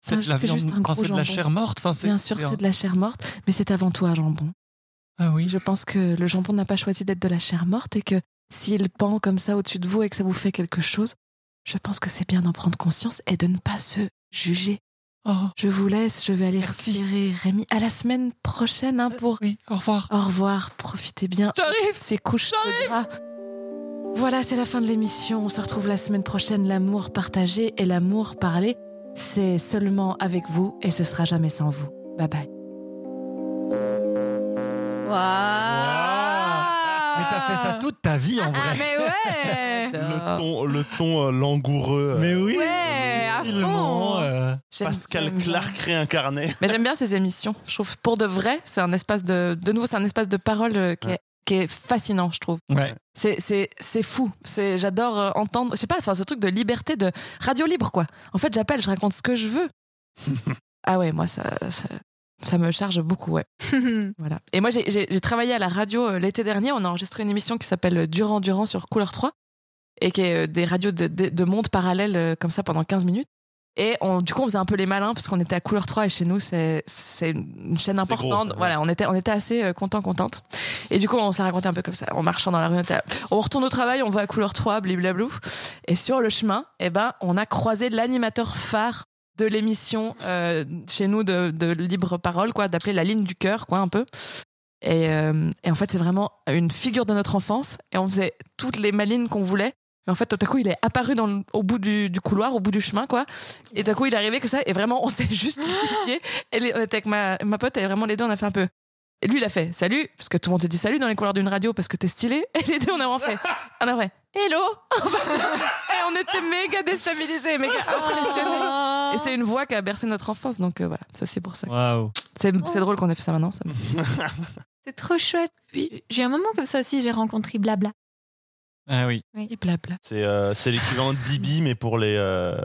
[SPEAKER 3] c'est
[SPEAKER 4] Ah,
[SPEAKER 3] de la
[SPEAKER 4] c'est
[SPEAKER 3] viande,
[SPEAKER 4] juste un
[SPEAKER 3] quand
[SPEAKER 4] gros
[SPEAKER 3] c'est de la
[SPEAKER 4] jambon.
[SPEAKER 3] chair morte. Enfin, c'est-
[SPEAKER 4] Bien sûr, c'est de la chair morte, mais c'est avant tout un jambon.
[SPEAKER 3] Ah oui.
[SPEAKER 4] Je pense que le jambon n'a pas choisi d'être de la chair morte et que s'il pend comme ça au-dessus de vous et que ça vous fait quelque chose, je pense que c'est bien d'en prendre conscience et de ne pas se juger.
[SPEAKER 3] Oh,
[SPEAKER 4] Je vous laisse, je vais aller
[SPEAKER 3] Merci.
[SPEAKER 4] retirer Rémi. À la semaine prochaine hein, pour.
[SPEAKER 3] oui, au revoir.
[SPEAKER 4] Au revoir, profitez bien.
[SPEAKER 3] J'arrive
[SPEAKER 4] Ces couches de gras. Voilà, c'est la fin de l'émission. On se retrouve la semaine prochaine. L'amour partagé et l'amour parlé, c'est seulement avec vous et ce sera jamais sans vous. Bye bye.
[SPEAKER 1] Waouh
[SPEAKER 3] Mais t'as fait ça toute ta vie en
[SPEAKER 1] Ah,
[SPEAKER 3] vrai.
[SPEAKER 1] mais ouais
[SPEAKER 2] Le ton, le ton euh, langoureux. euh,
[SPEAKER 3] Mais oui.
[SPEAKER 1] Ouais, à
[SPEAKER 3] subtilement,
[SPEAKER 1] fond.
[SPEAKER 3] euh,
[SPEAKER 4] J'aime-
[SPEAKER 2] Pascal
[SPEAKER 4] j'aime bien.
[SPEAKER 2] Clark réincarné.
[SPEAKER 4] Mais j'aime bien ces émissions. Je trouve pour de vrai, c'est un espace de de nouveau, c'est un espace de parole euh, qui est, qui est fascinant, je trouve.
[SPEAKER 3] ouais.
[SPEAKER 4] C'est c'est c'est fou. C'est j'adore euh, entendre. Je sais pas, enfin ce truc de liberté de radio libre quoi. En fait, j'appelle, je raconte ce que je veux. ah ouais, moi ça ça, ça me charge beaucoup ouais.
[SPEAKER 1] Mm.
[SPEAKER 4] Voilà. Et moi, j'ai- j'ai j'ai travaillé à la radio euh, l'été dernier. On a enregistré une émission qui s'appelle Durand Durand sur Couleur 3 et qui est euh, des radios de, de, de monde parallèle euh, comme ça pendant 15 minutes. Et on, du coup, on faisait un peu les malins parce qu'on était à Couleur 3 et chez nous, c'est c'est une chaîne
[SPEAKER 2] gros,
[SPEAKER 4] importante.
[SPEAKER 2] ça, ouais.
[SPEAKER 4] Voilà, on était, on était assez euh, contents, contentes. Et du coup, on s'est raconté un peu comme ça. En marchant dans la rue, on, était à- on retourne au travail, on va à Couleur 3, bliblablou. Et sur le chemin, eh ben, on a croisé l'animateur phare de l'émission euh, chez nous de, de libre parole, quoi, d'appeler la ligne du cœur, quoi, un peu. Et, euh, et en fait, c'est vraiment une figure de notre enfance. Et on faisait toutes les malines qu'on voulait. Mais en fait, tout à coup, il est apparu dans le- au bout du, du couloir, au bout du chemin, quoi. Et tout à coup, il est arrivé comme ça. Et vraiment, on s'est juste piqué. Et les- on était avec ma, ma pote, et vraiment, les deux, on a fait un peu. Et lui, il a fait salut, parce que tout le monde te dit salut dans les couloirs d'une radio parce que t'es stylé. Et les deux, on a vraiment fait. On a fait hello. et on était méga déstabilisés, méga impressionnés.
[SPEAKER 1] Oh.
[SPEAKER 4] Et c'est une voix qui a bercé notre enfance, donc euh, voilà, ça c'est pour ça.
[SPEAKER 3] Waouh.
[SPEAKER 4] C'est c'est drôle qu'on ait fait ça maintenant. ça me-
[SPEAKER 1] C'est trop chouette. J'ai un moment comme ça aussi, j'ai rencontré Blabla.
[SPEAKER 3] Ah oui.
[SPEAKER 4] Et blabla.
[SPEAKER 2] C'est euh, c'est l'équivalent de Bibi, mais pour les. euh,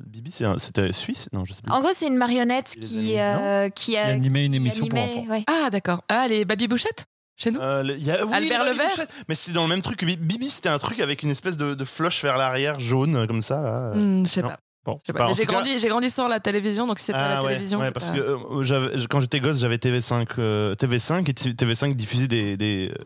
[SPEAKER 2] Bibi, c'est un- c'était suisse Non, je
[SPEAKER 4] Oh,
[SPEAKER 2] sais plus.
[SPEAKER 1] En gros, c'est une marionnette
[SPEAKER 2] Il les
[SPEAKER 1] qui,
[SPEAKER 2] anime,
[SPEAKER 1] euh, qui
[SPEAKER 3] Il
[SPEAKER 1] a.
[SPEAKER 3] animait une
[SPEAKER 1] qui
[SPEAKER 3] émission pour
[SPEAKER 1] animait-
[SPEAKER 3] enfants.
[SPEAKER 1] ouais.
[SPEAKER 4] Ah d'accord. Ah les Baby Bouchette chez nous.
[SPEAKER 2] Euh, le- il y a- oui,
[SPEAKER 4] Albert
[SPEAKER 2] les Baby
[SPEAKER 4] Levert.
[SPEAKER 2] Bouchettes. Mais c'est dans le même truc. que Bi- Bibi, c'était un truc avec une espèce de, de flush vers l'arrière jaune, euh, comme ça. Là.
[SPEAKER 4] Hmm, je sais
[SPEAKER 2] non.
[SPEAKER 4] pas.
[SPEAKER 2] Bon,
[SPEAKER 4] Je sais pas.
[SPEAKER 2] en
[SPEAKER 4] Mais J'ai
[SPEAKER 2] tout cas-
[SPEAKER 4] grandi, j'ai grandi sans la télévision, donc si c'était à
[SPEAKER 2] Ah
[SPEAKER 4] la
[SPEAKER 2] ouais,
[SPEAKER 4] télévision.
[SPEAKER 2] ouais,
[SPEAKER 4] je sais
[SPEAKER 2] parce
[SPEAKER 4] pas.
[SPEAKER 2] que euh, j'avais- quand j'étais gosse, j'avais TV5, euh, TV5 et t- TV5 diffusait des, des, euh,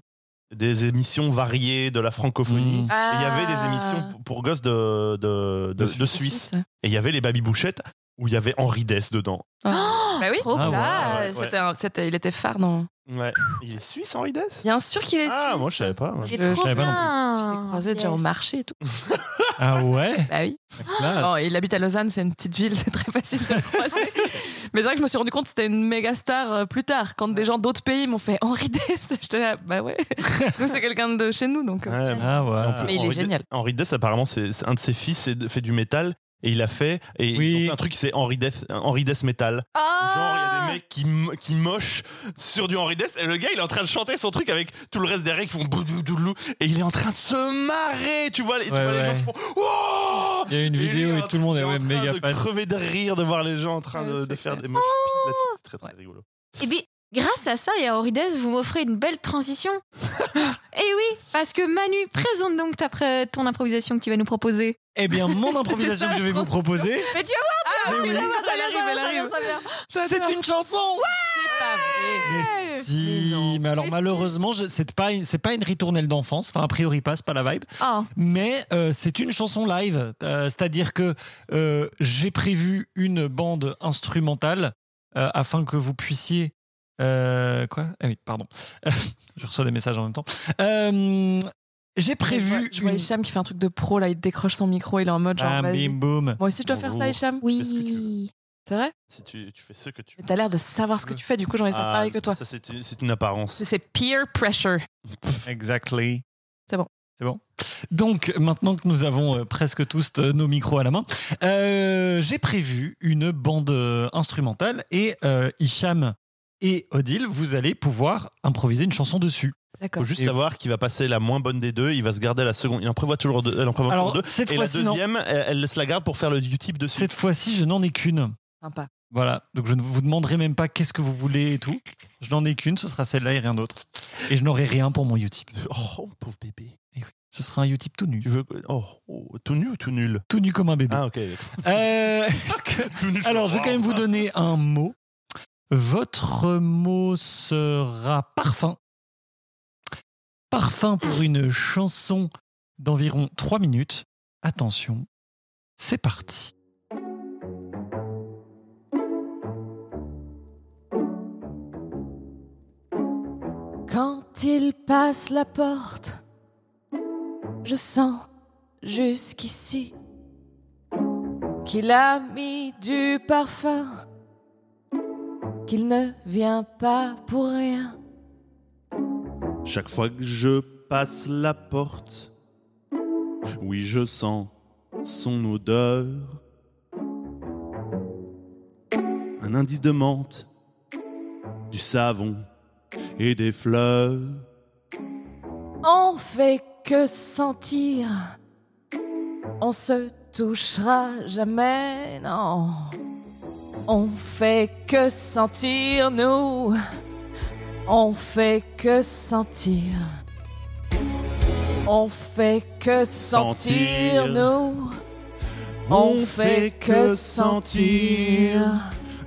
[SPEAKER 2] des émissions variées de la francophonie.
[SPEAKER 3] Mmh.
[SPEAKER 2] Et Il y avait des
[SPEAKER 4] Ah.
[SPEAKER 2] émissions pour- pour gosses de, de, de-
[SPEAKER 3] De Suisse.
[SPEAKER 2] de Suisse. Et il y avait les Baby Bouchettes où il y avait Henri Dess dedans.
[SPEAKER 1] Oh,
[SPEAKER 4] Bah oui.
[SPEAKER 1] Trop
[SPEAKER 3] Ah, ouais,
[SPEAKER 1] classe.
[SPEAKER 2] ouais,
[SPEAKER 4] C'était un- c'était- il était phare dans.
[SPEAKER 2] Ouais. Il est suisse, Henri Dess
[SPEAKER 4] Bien sûr qu'il est.
[SPEAKER 2] Ah,
[SPEAKER 4] suisse.
[SPEAKER 2] moi je savais pas. moi.
[SPEAKER 1] J'ai
[SPEAKER 4] Je- je
[SPEAKER 1] trop
[SPEAKER 3] savais pas non
[SPEAKER 1] bien.
[SPEAKER 4] Je l'ai croisé déjà au
[SPEAKER 1] Yes.
[SPEAKER 4] marché et tout.
[SPEAKER 3] Ah ouais.
[SPEAKER 4] Bah oui.
[SPEAKER 2] Ah,
[SPEAKER 3] Là,
[SPEAKER 4] Bon, il habite à Lausanne, c'est une petite ville, c'est très facile de le croiser. Mais c'est vrai que je me suis rendu compte que c'était une méga star euh, plus tard, quand des gens d'autres pays m'ont fait Henri Dess. J'étais là, bah ouais. Nous, c'est quelqu'un de chez nous, donc. euh,
[SPEAKER 2] Ouais,
[SPEAKER 3] Ah ouais.
[SPEAKER 2] On peut-
[SPEAKER 4] Mais il est
[SPEAKER 2] Henri Dess-
[SPEAKER 4] génial.
[SPEAKER 2] Henri Dess, apparemment, c'est c'est un de ses fils et de- fait du métal. Et il a fait, et ils
[SPEAKER 3] Oui.
[SPEAKER 2] ont fait un truc, c'est Henri Dess, Henri Dess Metal.
[SPEAKER 1] Oh
[SPEAKER 4] Ah.
[SPEAKER 2] Genre, il y a des mecs qui, mo- qui mochent sur du Henri Dess, et le gars, il est en train de chanter son truc avec tout le reste derrière qui font boudoudoulou, et il est en train de se marrer, tu vois, et tu
[SPEAKER 3] Ouais,
[SPEAKER 2] vois les gens
[SPEAKER 3] ouais.
[SPEAKER 2] qui font Oh
[SPEAKER 3] Il y a une
[SPEAKER 2] Et lui,
[SPEAKER 3] vidéo
[SPEAKER 2] il
[SPEAKER 3] et
[SPEAKER 2] en-
[SPEAKER 3] tout le monde
[SPEAKER 2] il
[SPEAKER 3] est ouais,
[SPEAKER 2] en train
[SPEAKER 3] méga
[SPEAKER 2] de
[SPEAKER 3] fan.
[SPEAKER 2] crever de rire de voir les gens en train
[SPEAKER 4] Ouais,
[SPEAKER 2] de,
[SPEAKER 4] c'est
[SPEAKER 2] de faire
[SPEAKER 4] clair. Ah.
[SPEAKER 2] des moches pites là-dessus. C'est très, très rigolo.
[SPEAKER 1] Et bien, grâce à ça et à Horides, vous m'offrez une belle transition. et oui, parce que Manu, présente donc ta pré- ton improvisation que tu vas nous proposer.
[SPEAKER 3] Eh bien, mon improvisation que je vais vous proposer,
[SPEAKER 1] Mais tu
[SPEAKER 2] Ah,
[SPEAKER 4] Ah,
[SPEAKER 1] vas voir, tu
[SPEAKER 3] oui.
[SPEAKER 1] vas voir,
[SPEAKER 4] Elle
[SPEAKER 1] ça
[SPEAKER 4] arrive,
[SPEAKER 1] vient,
[SPEAKER 4] elle
[SPEAKER 1] ça vient,
[SPEAKER 4] arrive.
[SPEAKER 1] ça vient, ça vient.
[SPEAKER 4] J'adore.
[SPEAKER 3] c'est une chanson.
[SPEAKER 4] C'est pas vrai.
[SPEAKER 3] Mais
[SPEAKER 4] Mais
[SPEAKER 3] si,
[SPEAKER 4] non.
[SPEAKER 3] mais alors
[SPEAKER 1] Mais si.
[SPEAKER 3] malheureusement, je- c'est pas une- c'est pas une ritournelle d'enfance. Enfin, a priori pas, c'est pas la vibe.
[SPEAKER 1] Oh,
[SPEAKER 3] Mais euh, c'est une chanson live, Euh, c'est-à-dire que euh, j'ai prévu une bande instrumentale euh, afin que vous puissiez euh, quoi Ah oui, pardon. je reçois des messages en même temps. Euh, j'ai
[SPEAKER 4] Je vois-
[SPEAKER 3] prévu
[SPEAKER 4] Je vois
[SPEAKER 3] une Ah,
[SPEAKER 4] Hicham qui fait un truc de pro, là, il décroche son micro, il est en mode genre,
[SPEAKER 3] Bam,
[SPEAKER 4] vas-y.
[SPEAKER 3] bim, boum.
[SPEAKER 4] Moi aussi, je dois faire ça,
[SPEAKER 2] Bonjour.
[SPEAKER 4] Hicham
[SPEAKER 2] Qu'est-ce que tu
[SPEAKER 1] oui.
[SPEAKER 4] C'est vrai
[SPEAKER 2] Si tu, tu fais ce que tu
[SPEAKER 4] Mais T'as l'air de savoir ce que tu fais, du coup, j'ai envie de faire
[SPEAKER 2] Ah,
[SPEAKER 4] pareil que toi.
[SPEAKER 2] Ça, c'est une, c'est une apparence.
[SPEAKER 4] C'est c'est peer pressure.
[SPEAKER 3] Exactly.
[SPEAKER 4] C'est bon.
[SPEAKER 3] C'est bon. Donc, maintenant que nous avons euh, presque tous euh, nos micros à la main, euh, j'ai prévu une bande euh, instrumentale et euh, Hicham et Odile, vous allez pouvoir improviser une chanson dessus.
[SPEAKER 4] D'accord.
[SPEAKER 2] Faut juste
[SPEAKER 3] Et-
[SPEAKER 2] savoir qu'il va passer la moins bonne des deux, il va se garder la seconde. Il en prévoit toujours deux. Elle en prévoit
[SPEAKER 3] Alors,
[SPEAKER 2] toujours deux.
[SPEAKER 3] cette
[SPEAKER 2] Et la
[SPEAKER 3] fois-ci, non.
[SPEAKER 2] deuxième, elle, elle laisse la garde pour faire le type dessus.
[SPEAKER 3] Cette fois-ci, je n'en ai qu'une.
[SPEAKER 4] Sympa.
[SPEAKER 3] Voilà. Donc, je ne vous demanderai même pas qu'est-ce que vous voulez et tout. Je n'en ai qu'une, ce sera celle-là et rien d'autre. Et je n'aurai rien pour mon Utip.
[SPEAKER 2] Oh, pauvre bébé.
[SPEAKER 3] Ce sera un Utip tout nu.
[SPEAKER 2] Tu veux. Oh, oh, tout nu ou tout nul
[SPEAKER 3] Tout nu comme un bébé.
[SPEAKER 2] Ah, ok. d'accord.
[SPEAKER 3] Euh, est-ce que-
[SPEAKER 2] Tout nul,
[SPEAKER 3] Alors, je vais
[SPEAKER 2] oh,
[SPEAKER 3] quand même vous
[SPEAKER 2] enfin.
[SPEAKER 3] donner un mot. Votre mot sera parfum. Parfum pour une chanson d'environ 3 minutes. Attention, c'est parti.
[SPEAKER 5] Quand il passe la porte, je sens jusqu'ici qu'il a mis du parfum, qu'il ne vient pas pour rien.
[SPEAKER 2] Chaque fois que je passe la porte. Oui, je sens son odeur. Un indice de menthe, du savon et des fleurs.
[SPEAKER 5] On fait que sentir. On se touchera jamais, non. On fait que sentir, nous. On fait que sentir. On fait que sentir,
[SPEAKER 2] Sentir.
[SPEAKER 5] nous. On fait que sentir.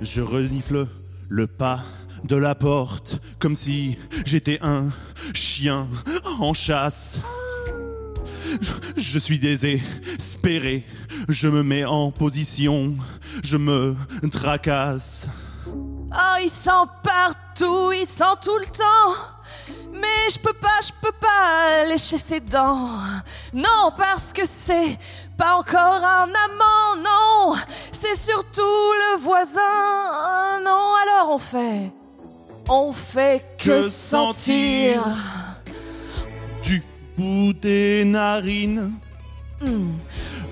[SPEAKER 2] Je renifle le pas de la porte comme si j'étais un chien en chasse. Je, je suis désespéré, je me mets en position, je me tracasse.
[SPEAKER 5] Oh, il sent partout, il sent tout le temps. Mais je peux pas, je peux pas lécher ses dents. Non, parce que c'est pas encore un amant, non. C'est surtout le voisin. Ah, Non, alors on fait. On fait que,
[SPEAKER 2] Que
[SPEAKER 5] sentir.
[SPEAKER 2] sentir. Du bout des narines,
[SPEAKER 5] Hmm.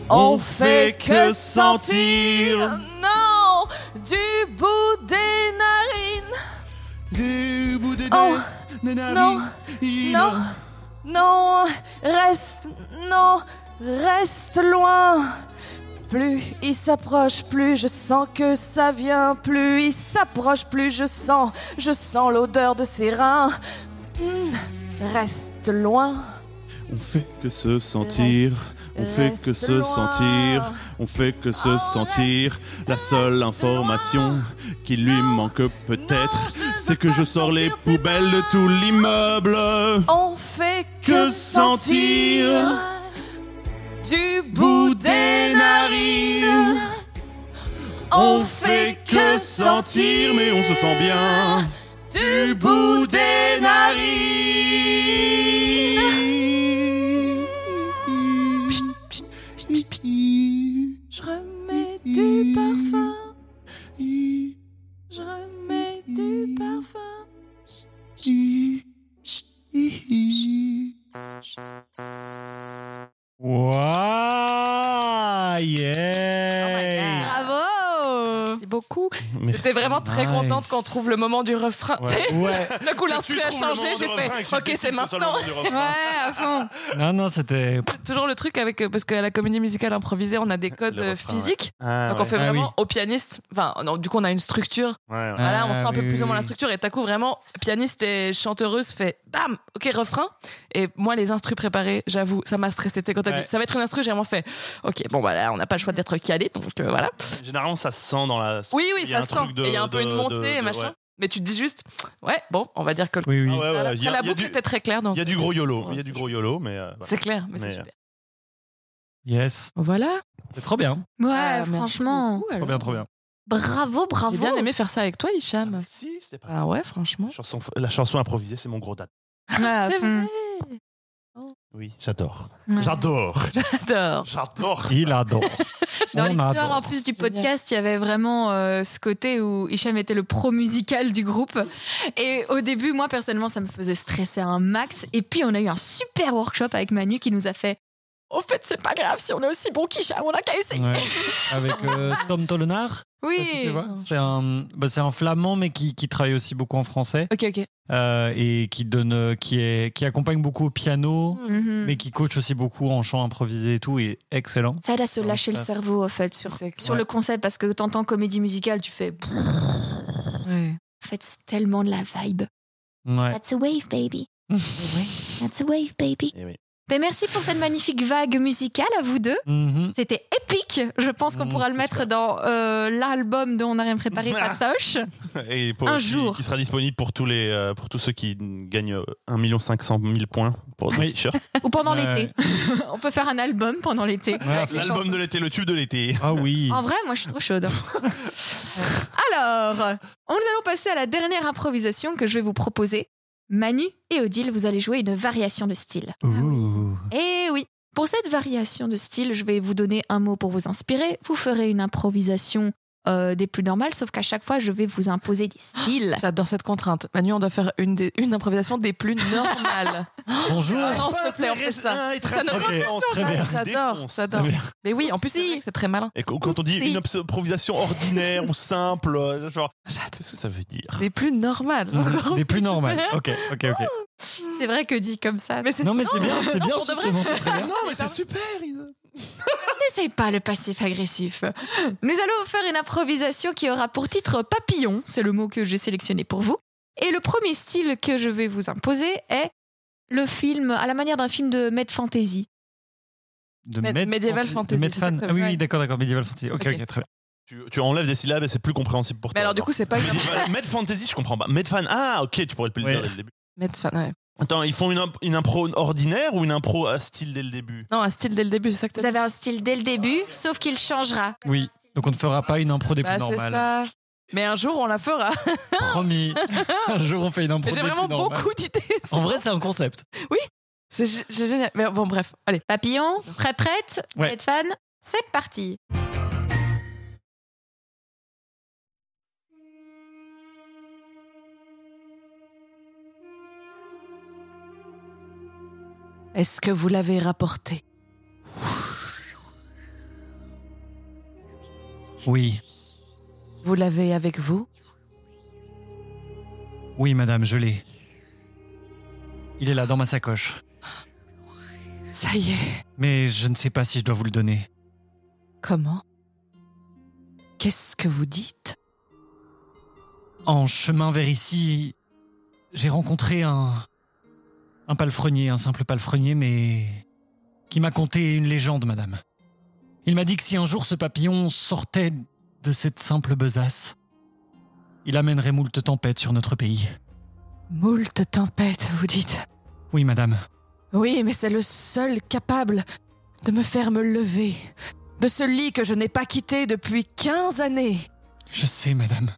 [SPEAKER 2] On fait que sentir.
[SPEAKER 5] Non, du bout des narines.
[SPEAKER 2] du bout des,
[SPEAKER 5] Oh,
[SPEAKER 2] des narines.
[SPEAKER 5] non, non. Non, reste, non, reste loin. Plus il s'approche, plus je sens que ça vient. Plus il s'approche, plus je sens, je sens l'odeur de ses reins. Hmm, reste loin.
[SPEAKER 2] On fait que se sentir, on fait que
[SPEAKER 5] reste
[SPEAKER 2] se
[SPEAKER 5] loin.
[SPEAKER 2] sentir, on fait que se
[SPEAKER 5] Oh,
[SPEAKER 2] sentir. La seule information
[SPEAKER 5] loin.
[SPEAKER 2] qui lui
[SPEAKER 5] Non,
[SPEAKER 2] manque peut-être,
[SPEAKER 5] non, je
[SPEAKER 2] c'est
[SPEAKER 5] veux
[SPEAKER 2] que
[SPEAKER 5] pas
[SPEAKER 2] je sors les
[SPEAKER 5] sentir tes
[SPEAKER 2] poubelles de
[SPEAKER 5] mains.
[SPEAKER 2] tout l'immeuble.
[SPEAKER 5] On fait que,
[SPEAKER 2] Que
[SPEAKER 5] sentir.
[SPEAKER 2] sentir.
[SPEAKER 5] Du bout des narines.
[SPEAKER 2] On fait que sentir, mais on se sent bien. Du bout des narines.
[SPEAKER 5] Je remets du parfum. Je remets du parfum.
[SPEAKER 3] Waouh
[SPEAKER 4] Oh my
[SPEAKER 3] Yeah
[SPEAKER 1] Bravo
[SPEAKER 4] Merci beaucoup.
[SPEAKER 2] Merci.
[SPEAKER 4] J'étais vraiment très
[SPEAKER 3] Nice.
[SPEAKER 4] contente qu'on trouve le moment du refrain.
[SPEAKER 3] Ouais. ouais.
[SPEAKER 4] D'un coup, l'instru a changé, j'ai fait OK, c'est maintenant.
[SPEAKER 1] Ouais, à fond.
[SPEAKER 3] Non, non, c'était.
[SPEAKER 4] Toujours le truc avec. euh, Parce qu'à la comédie musicale improvisée, on a des codes
[SPEAKER 2] Le
[SPEAKER 4] euh,
[SPEAKER 2] refrain, ouais.
[SPEAKER 4] physiques.
[SPEAKER 2] Ah,
[SPEAKER 4] Donc on fait
[SPEAKER 3] Ah oui.
[SPEAKER 4] vraiment au pianiste. Enfin, non, du coup, on a une structure.
[SPEAKER 2] ouais, ouais, ouais.
[SPEAKER 4] Voilà,
[SPEAKER 3] Ah,
[SPEAKER 4] on sent un peu
[SPEAKER 3] oui,
[SPEAKER 4] plus ou
[SPEAKER 3] oui,
[SPEAKER 4] moins la
[SPEAKER 3] oui.
[SPEAKER 4] structure. Et d'un coup, vraiment, pianiste et chanteuse fait bam, ok, refrain. Et moi, les instrus préparés, j'avoue, ça m'a stressé. Tu sais, quand t'as
[SPEAKER 3] Ouais.
[SPEAKER 4] dit ça va être une instru, j'ai vraiment fait ok, bon, bah là, on n'a pas le choix d'être calé, donc euh, voilà.
[SPEAKER 2] Généralement, ça sent dans la.
[SPEAKER 4] Oui, oui,
[SPEAKER 2] Il y a
[SPEAKER 4] ça
[SPEAKER 2] un
[SPEAKER 4] sent.
[SPEAKER 2] truc de-
[SPEAKER 4] Et il y a un peu
[SPEAKER 2] de-
[SPEAKER 4] une
[SPEAKER 2] de-
[SPEAKER 4] montée et
[SPEAKER 2] de-
[SPEAKER 4] machin.
[SPEAKER 2] ouais.
[SPEAKER 4] Mais tu te dis juste, ouais, bon, on va dire que le.
[SPEAKER 3] Oui, oui.
[SPEAKER 2] Ah ouais, ouais,
[SPEAKER 4] Voilà,
[SPEAKER 2] il y a-
[SPEAKER 4] la
[SPEAKER 2] il y a
[SPEAKER 4] boucle
[SPEAKER 2] du-
[SPEAKER 4] était très claire. donc-
[SPEAKER 2] Il y a du gros YOLO,
[SPEAKER 4] Ouais,
[SPEAKER 2] il y a du gros YOLO, mais. euh, voilà.
[SPEAKER 4] C'est clair, mais c'est
[SPEAKER 2] Mais,
[SPEAKER 4] super.
[SPEAKER 3] Yes.
[SPEAKER 4] Voilà.
[SPEAKER 3] C'est trop bien.
[SPEAKER 1] Ouais,
[SPEAKER 4] Ah, merci
[SPEAKER 1] franchement.
[SPEAKER 4] beaucoup,
[SPEAKER 3] Trop
[SPEAKER 4] alors.
[SPEAKER 3] bien, trop bien.
[SPEAKER 1] Bravo, bravo.
[SPEAKER 4] J'ai bien aimé faire ça avec toi, Hicham.
[SPEAKER 2] Si, c'était pas.
[SPEAKER 4] Ah ouais, franchement.
[SPEAKER 2] La chanson, la chanson improvisée, c'est mon gros date.
[SPEAKER 1] Ouais, à
[SPEAKER 4] C'est
[SPEAKER 1] fond.
[SPEAKER 4] vrai.
[SPEAKER 2] Oui, j'adore.
[SPEAKER 1] Ouais.
[SPEAKER 2] Ah. J'adore.
[SPEAKER 4] J'adore.
[SPEAKER 2] J'adore.
[SPEAKER 3] Il adore.
[SPEAKER 1] Dans
[SPEAKER 3] On
[SPEAKER 1] l'histoire
[SPEAKER 3] adore.
[SPEAKER 1] en plus du podcast, il y avait vraiment euh, ce côté où Hicham était le pro musical du groupe. Et au début, moi personnellement, ça me faisait stresser un max. Et puis on a eu un super workshop avec Manu qui nous a fait. Au fait, c'est pas grave si on est aussi bon qu'Hicham, on a qu'à essayer.
[SPEAKER 3] Ouais. Avec euh, Tom Tolenaar.
[SPEAKER 1] Oui.
[SPEAKER 3] Si tu vois. C'est un, bah, c'est un flamand, mais qui, qui travaille aussi beaucoup en français
[SPEAKER 4] Ok, ok.
[SPEAKER 3] euh, et qui, donne, euh, qui, est, qui accompagne beaucoup au piano,
[SPEAKER 1] Mhm.
[SPEAKER 3] mais qui coach aussi beaucoup en chant improvisé et tout. Et excellent.
[SPEAKER 1] Ça aide à se lâcher le cerveau, en fait, sur,
[SPEAKER 4] C'est-
[SPEAKER 1] sur
[SPEAKER 3] Ah, ouais.
[SPEAKER 1] le concept, parce que t'entends comédie musicale, tu fais. pff,
[SPEAKER 4] Ouais.
[SPEAKER 1] En fait, c'est tellement de la vibe.
[SPEAKER 3] Ouais.
[SPEAKER 1] That's a wave, baby. That's a wave, baby.
[SPEAKER 2] Eh oui.
[SPEAKER 1] Mais merci pour cette magnifique vague musicale à vous deux.
[SPEAKER 3] Mhm.
[SPEAKER 1] C'était épique. Je pense qu'on
[SPEAKER 3] Mm,
[SPEAKER 1] pourra
[SPEAKER 3] c'est
[SPEAKER 1] le mettre dans euh, l'album dont on n'a rien préparé, Fastoche.
[SPEAKER 2] Et pour,
[SPEAKER 1] Un
[SPEAKER 2] qui,
[SPEAKER 1] jour.
[SPEAKER 2] qui sera disponible pour tous les euh, pour tous ceux qui gagnent euh, 1 500 000 points pour des
[SPEAKER 3] Oui.
[SPEAKER 2] t-shirts.
[SPEAKER 1] Ou pendant
[SPEAKER 3] Ouais.
[SPEAKER 1] l'été. on peut faire un album pendant l'été.
[SPEAKER 3] Ouais,
[SPEAKER 1] avec les
[SPEAKER 2] L'album
[SPEAKER 1] chansons.
[SPEAKER 2] de l'été, le tube de l'été.
[SPEAKER 3] Ah oui.
[SPEAKER 4] Oh,
[SPEAKER 1] En vrai, moi, je suis trop chaude. Alors, on- nous allons passer à la dernière improvisation que je vais vous proposer. Manu et Odile, vous allez jouer une variation de style.
[SPEAKER 3] Ouh.
[SPEAKER 1] Eh oui Pour cette variation de style, je vais vous donner un mot pour vous inspirer. Vous ferez une improvisation euh, des plus normales, sauf qu'à chaque fois, je vais vous imposer des styles.
[SPEAKER 4] J'adore cette contrainte. Manu, on doit faire une, des- une improvisation des plus normales.
[SPEAKER 3] Bonjour.
[SPEAKER 4] Ah non, s'il te plaît, on fait ça.
[SPEAKER 2] Ah,
[SPEAKER 4] Ça ne
[SPEAKER 3] Ok, très bien.
[SPEAKER 4] J'adore, j'adore. Mais oui, en plus,
[SPEAKER 1] Si.
[SPEAKER 4] c'est vrai que c'est très malin.
[SPEAKER 2] Et qu- quand on dit
[SPEAKER 1] Oupsie.
[SPEAKER 2] une obs- improvisation ordinaire ou simple, euh, genre, qu'est-ce que ça veut dire
[SPEAKER 4] Des plus normales.
[SPEAKER 3] Mhm. Des plus normales. Ok, ok, ok.
[SPEAKER 1] C'est vrai que dit comme ça,
[SPEAKER 4] Mais c'est
[SPEAKER 3] Non, mais c'est bien, c'est bien,
[SPEAKER 4] Oh, pour de vrai.
[SPEAKER 3] justement, c'est très bien.
[SPEAKER 2] Non, mais c'est super Isa.
[SPEAKER 1] N'essaye pas le passif agressif. Nous allons vous faire une improvisation qui aura pour titre papillon, c'est le mot que j'ai sélectionné pour vous. Et le premier style que je vais vous imposer est le film, à la manière d'un film de Mad Fantasy.
[SPEAKER 3] De
[SPEAKER 4] Med-
[SPEAKER 3] Med-
[SPEAKER 4] Medieval Fantasy,
[SPEAKER 3] de Med
[SPEAKER 4] c'est ça que
[SPEAKER 3] Fan.
[SPEAKER 4] ça veut
[SPEAKER 3] Ah oui,
[SPEAKER 4] dire.
[SPEAKER 3] oui, d'accord, d'accord, Medieval Fantasy. Ok,
[SPEAKER 4] Ok.
[SPEAKER 3] ok, très bien.
[SPEAKER 2] Tu, tu enlèves des syllabes et c'est plus compréhensible pour toi.
[SPEAKER 4] Mais alors, du coup, c'est pas une
[SPEAKER 2] Medieval- Med Fantasy, je comprends pas. Med Fan, ah ok, tu pourrais le dire
[SPEAKER 3] Ouais.
[SPEAKER 2] dès le début.
[SPEAKER 4] Mettre fan, ouais.
[SPEAKER 2] Attends, ils font une, imp- une impro ordinaire ou une impro à style dès le début
[SPEAKER 4] Non, un style dès le début, c'est ça que
[SPEAKER 1] Vous
[SPEAKER 4] tu
[SPEAKER 1] avez un style dès le début, sauf qu'il changera.
[SPEAKER 3] Oui, donc on ne fera pas une impro des
[SPEAKER 4] Bah,
[SPEAKER 3] plus
[SPEAKER 4] c'est
[SPEAKER 3] normales.
[SPEAKER 4] ça. Mais un jour, on la fera.
[SPEAKER 3] Promis. Un jour, on fait une impro
[SPEAKER 4] J'ai
[SPEAKER 3] des plus
[SPEAKER 4] vraiment
[SPEAKER 3] normales.
[SPEAKER 4] beaucoup d'idées.
[SPEAKER 3] En vrai, c'est un concept.
[SPEAKER 4] C'est gé- c'est génial. Mais bon, bref, allez.
[SPEAKER 1] Papillon, prêt prête,
[SPEAKER 3] Ouais.
[SPEAKER 1] Mad Fan, c'est parti.
[SPEAKER 4] Est-ce que vous l'avez rapporté
[SPEAKER 3] Oui,
[SPEAKER 4] Vous l'avez avec vous
[SPEAKER 3] oui, madame, je l'ai. Il est là, dans ma sacoche.
[SPEAKER 4] Ça y est.
[SPEAKER 3] Mais je ne sais pas si je dois vous le donner.
[SPEAKER 4] Comment Qu'est-ce que vous dites
[SPEAKER 3] En chemin vers ici, j'ai rencontré un. un palefrenier, un simple palefrenier, mais. qui m'a conté une légende, madame. Il m'a dit que si un jour ce papillon sortait de cette simple besace, il amènerait moult tempêtes sur notre pays.
[SPEAKER 4] Moult tempête, vous dites.
[SPEAKER 3] Oui, madame.
[SPEAKER 4] Oui, mais c'est le seul capable de me faire me lever de ce lit que je n'ai pas quitté depuis 15 années.
[SPEAKER 3] Je sais, madame.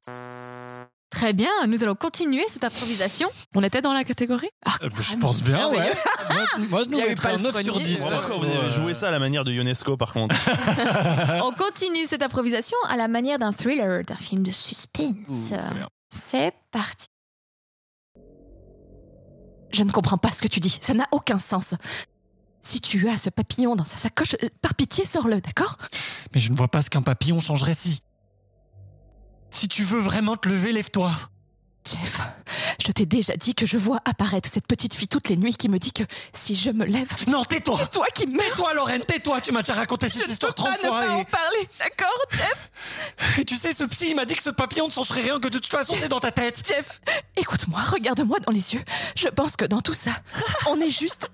[SPEAKER 1] Très bien, nous allons continuer cette improvisation.
[SPEAKER 4] On était dans la catégorie
[SPEAKER 3] Euh, je pense bien,
[SPEAKER 4] ouais.
[SPEAKER 3] moi, je- moi, je
[SPEAKER 4] Ah Il y
[SPEAKER 3] nous
[SPEAKER 4] a eu
[SPEAKER 3] mettrais un 9 sur
[SPEAKER 4] palefrenier.
[SPEAKER 3] 10.
[SPEAKER 2] Vraiment,
[SPEAKER 3] perso,
[SPEAKER 2] quand vous avez
[SPEAKER 3] euh,
[SPEAKER 2] joué ça à la manière de Ionesco, par contre.
[SPEAKER 1] On continue cette improvisation à la manière d'un thriller, d'un film de suspense. C'est parti.
[SPEAKER 4] Je ne comprends pas ce que tu dis. Ça n'a aucun sens. Si tu as ce papillon dans sa sacoche, euh, par pitié, sors-le, d'accord
[SPEAKER 3] Mais je ne vois pas ce qu'un papillon changerait si. Si tu veux vraiment te lever, lève-toi.
[SPEAKER 4] Jeff, je t'ai déjà dit que je vois apparaître cette petite fille toutes les nuits qui me dit que si je me lève,
[SPEAKER 3] Non, tais-toi
[SPEAKER 4] c'est toi qui meurs.
[SPEAKER 3] Tais-toi, Lorraine, tais-toi Tu m'as déjà raconté cette
[SPEAKER 4] je ne peux
[SPEAKER 3] histoire
[SPEAKER 4] pas
[SPEAKER 3] 30
[SPEAKER 4] ne
[SPEAKER 3] fois.
[SPEAKER 4] pas en
[SPEAKER 3] Et,
[SPEAKER 4] parler, d'accord
[SPEAKER 3] et tu sais, ce psy, il m'a dit que ce papillon ne changerait rien, que de toute façon, c'est dans ta tête.
[SPEAKER 4] Jeff, écoute-moi, regarde-moi dans les yeux. Je pense que dans tout ça, on est juste...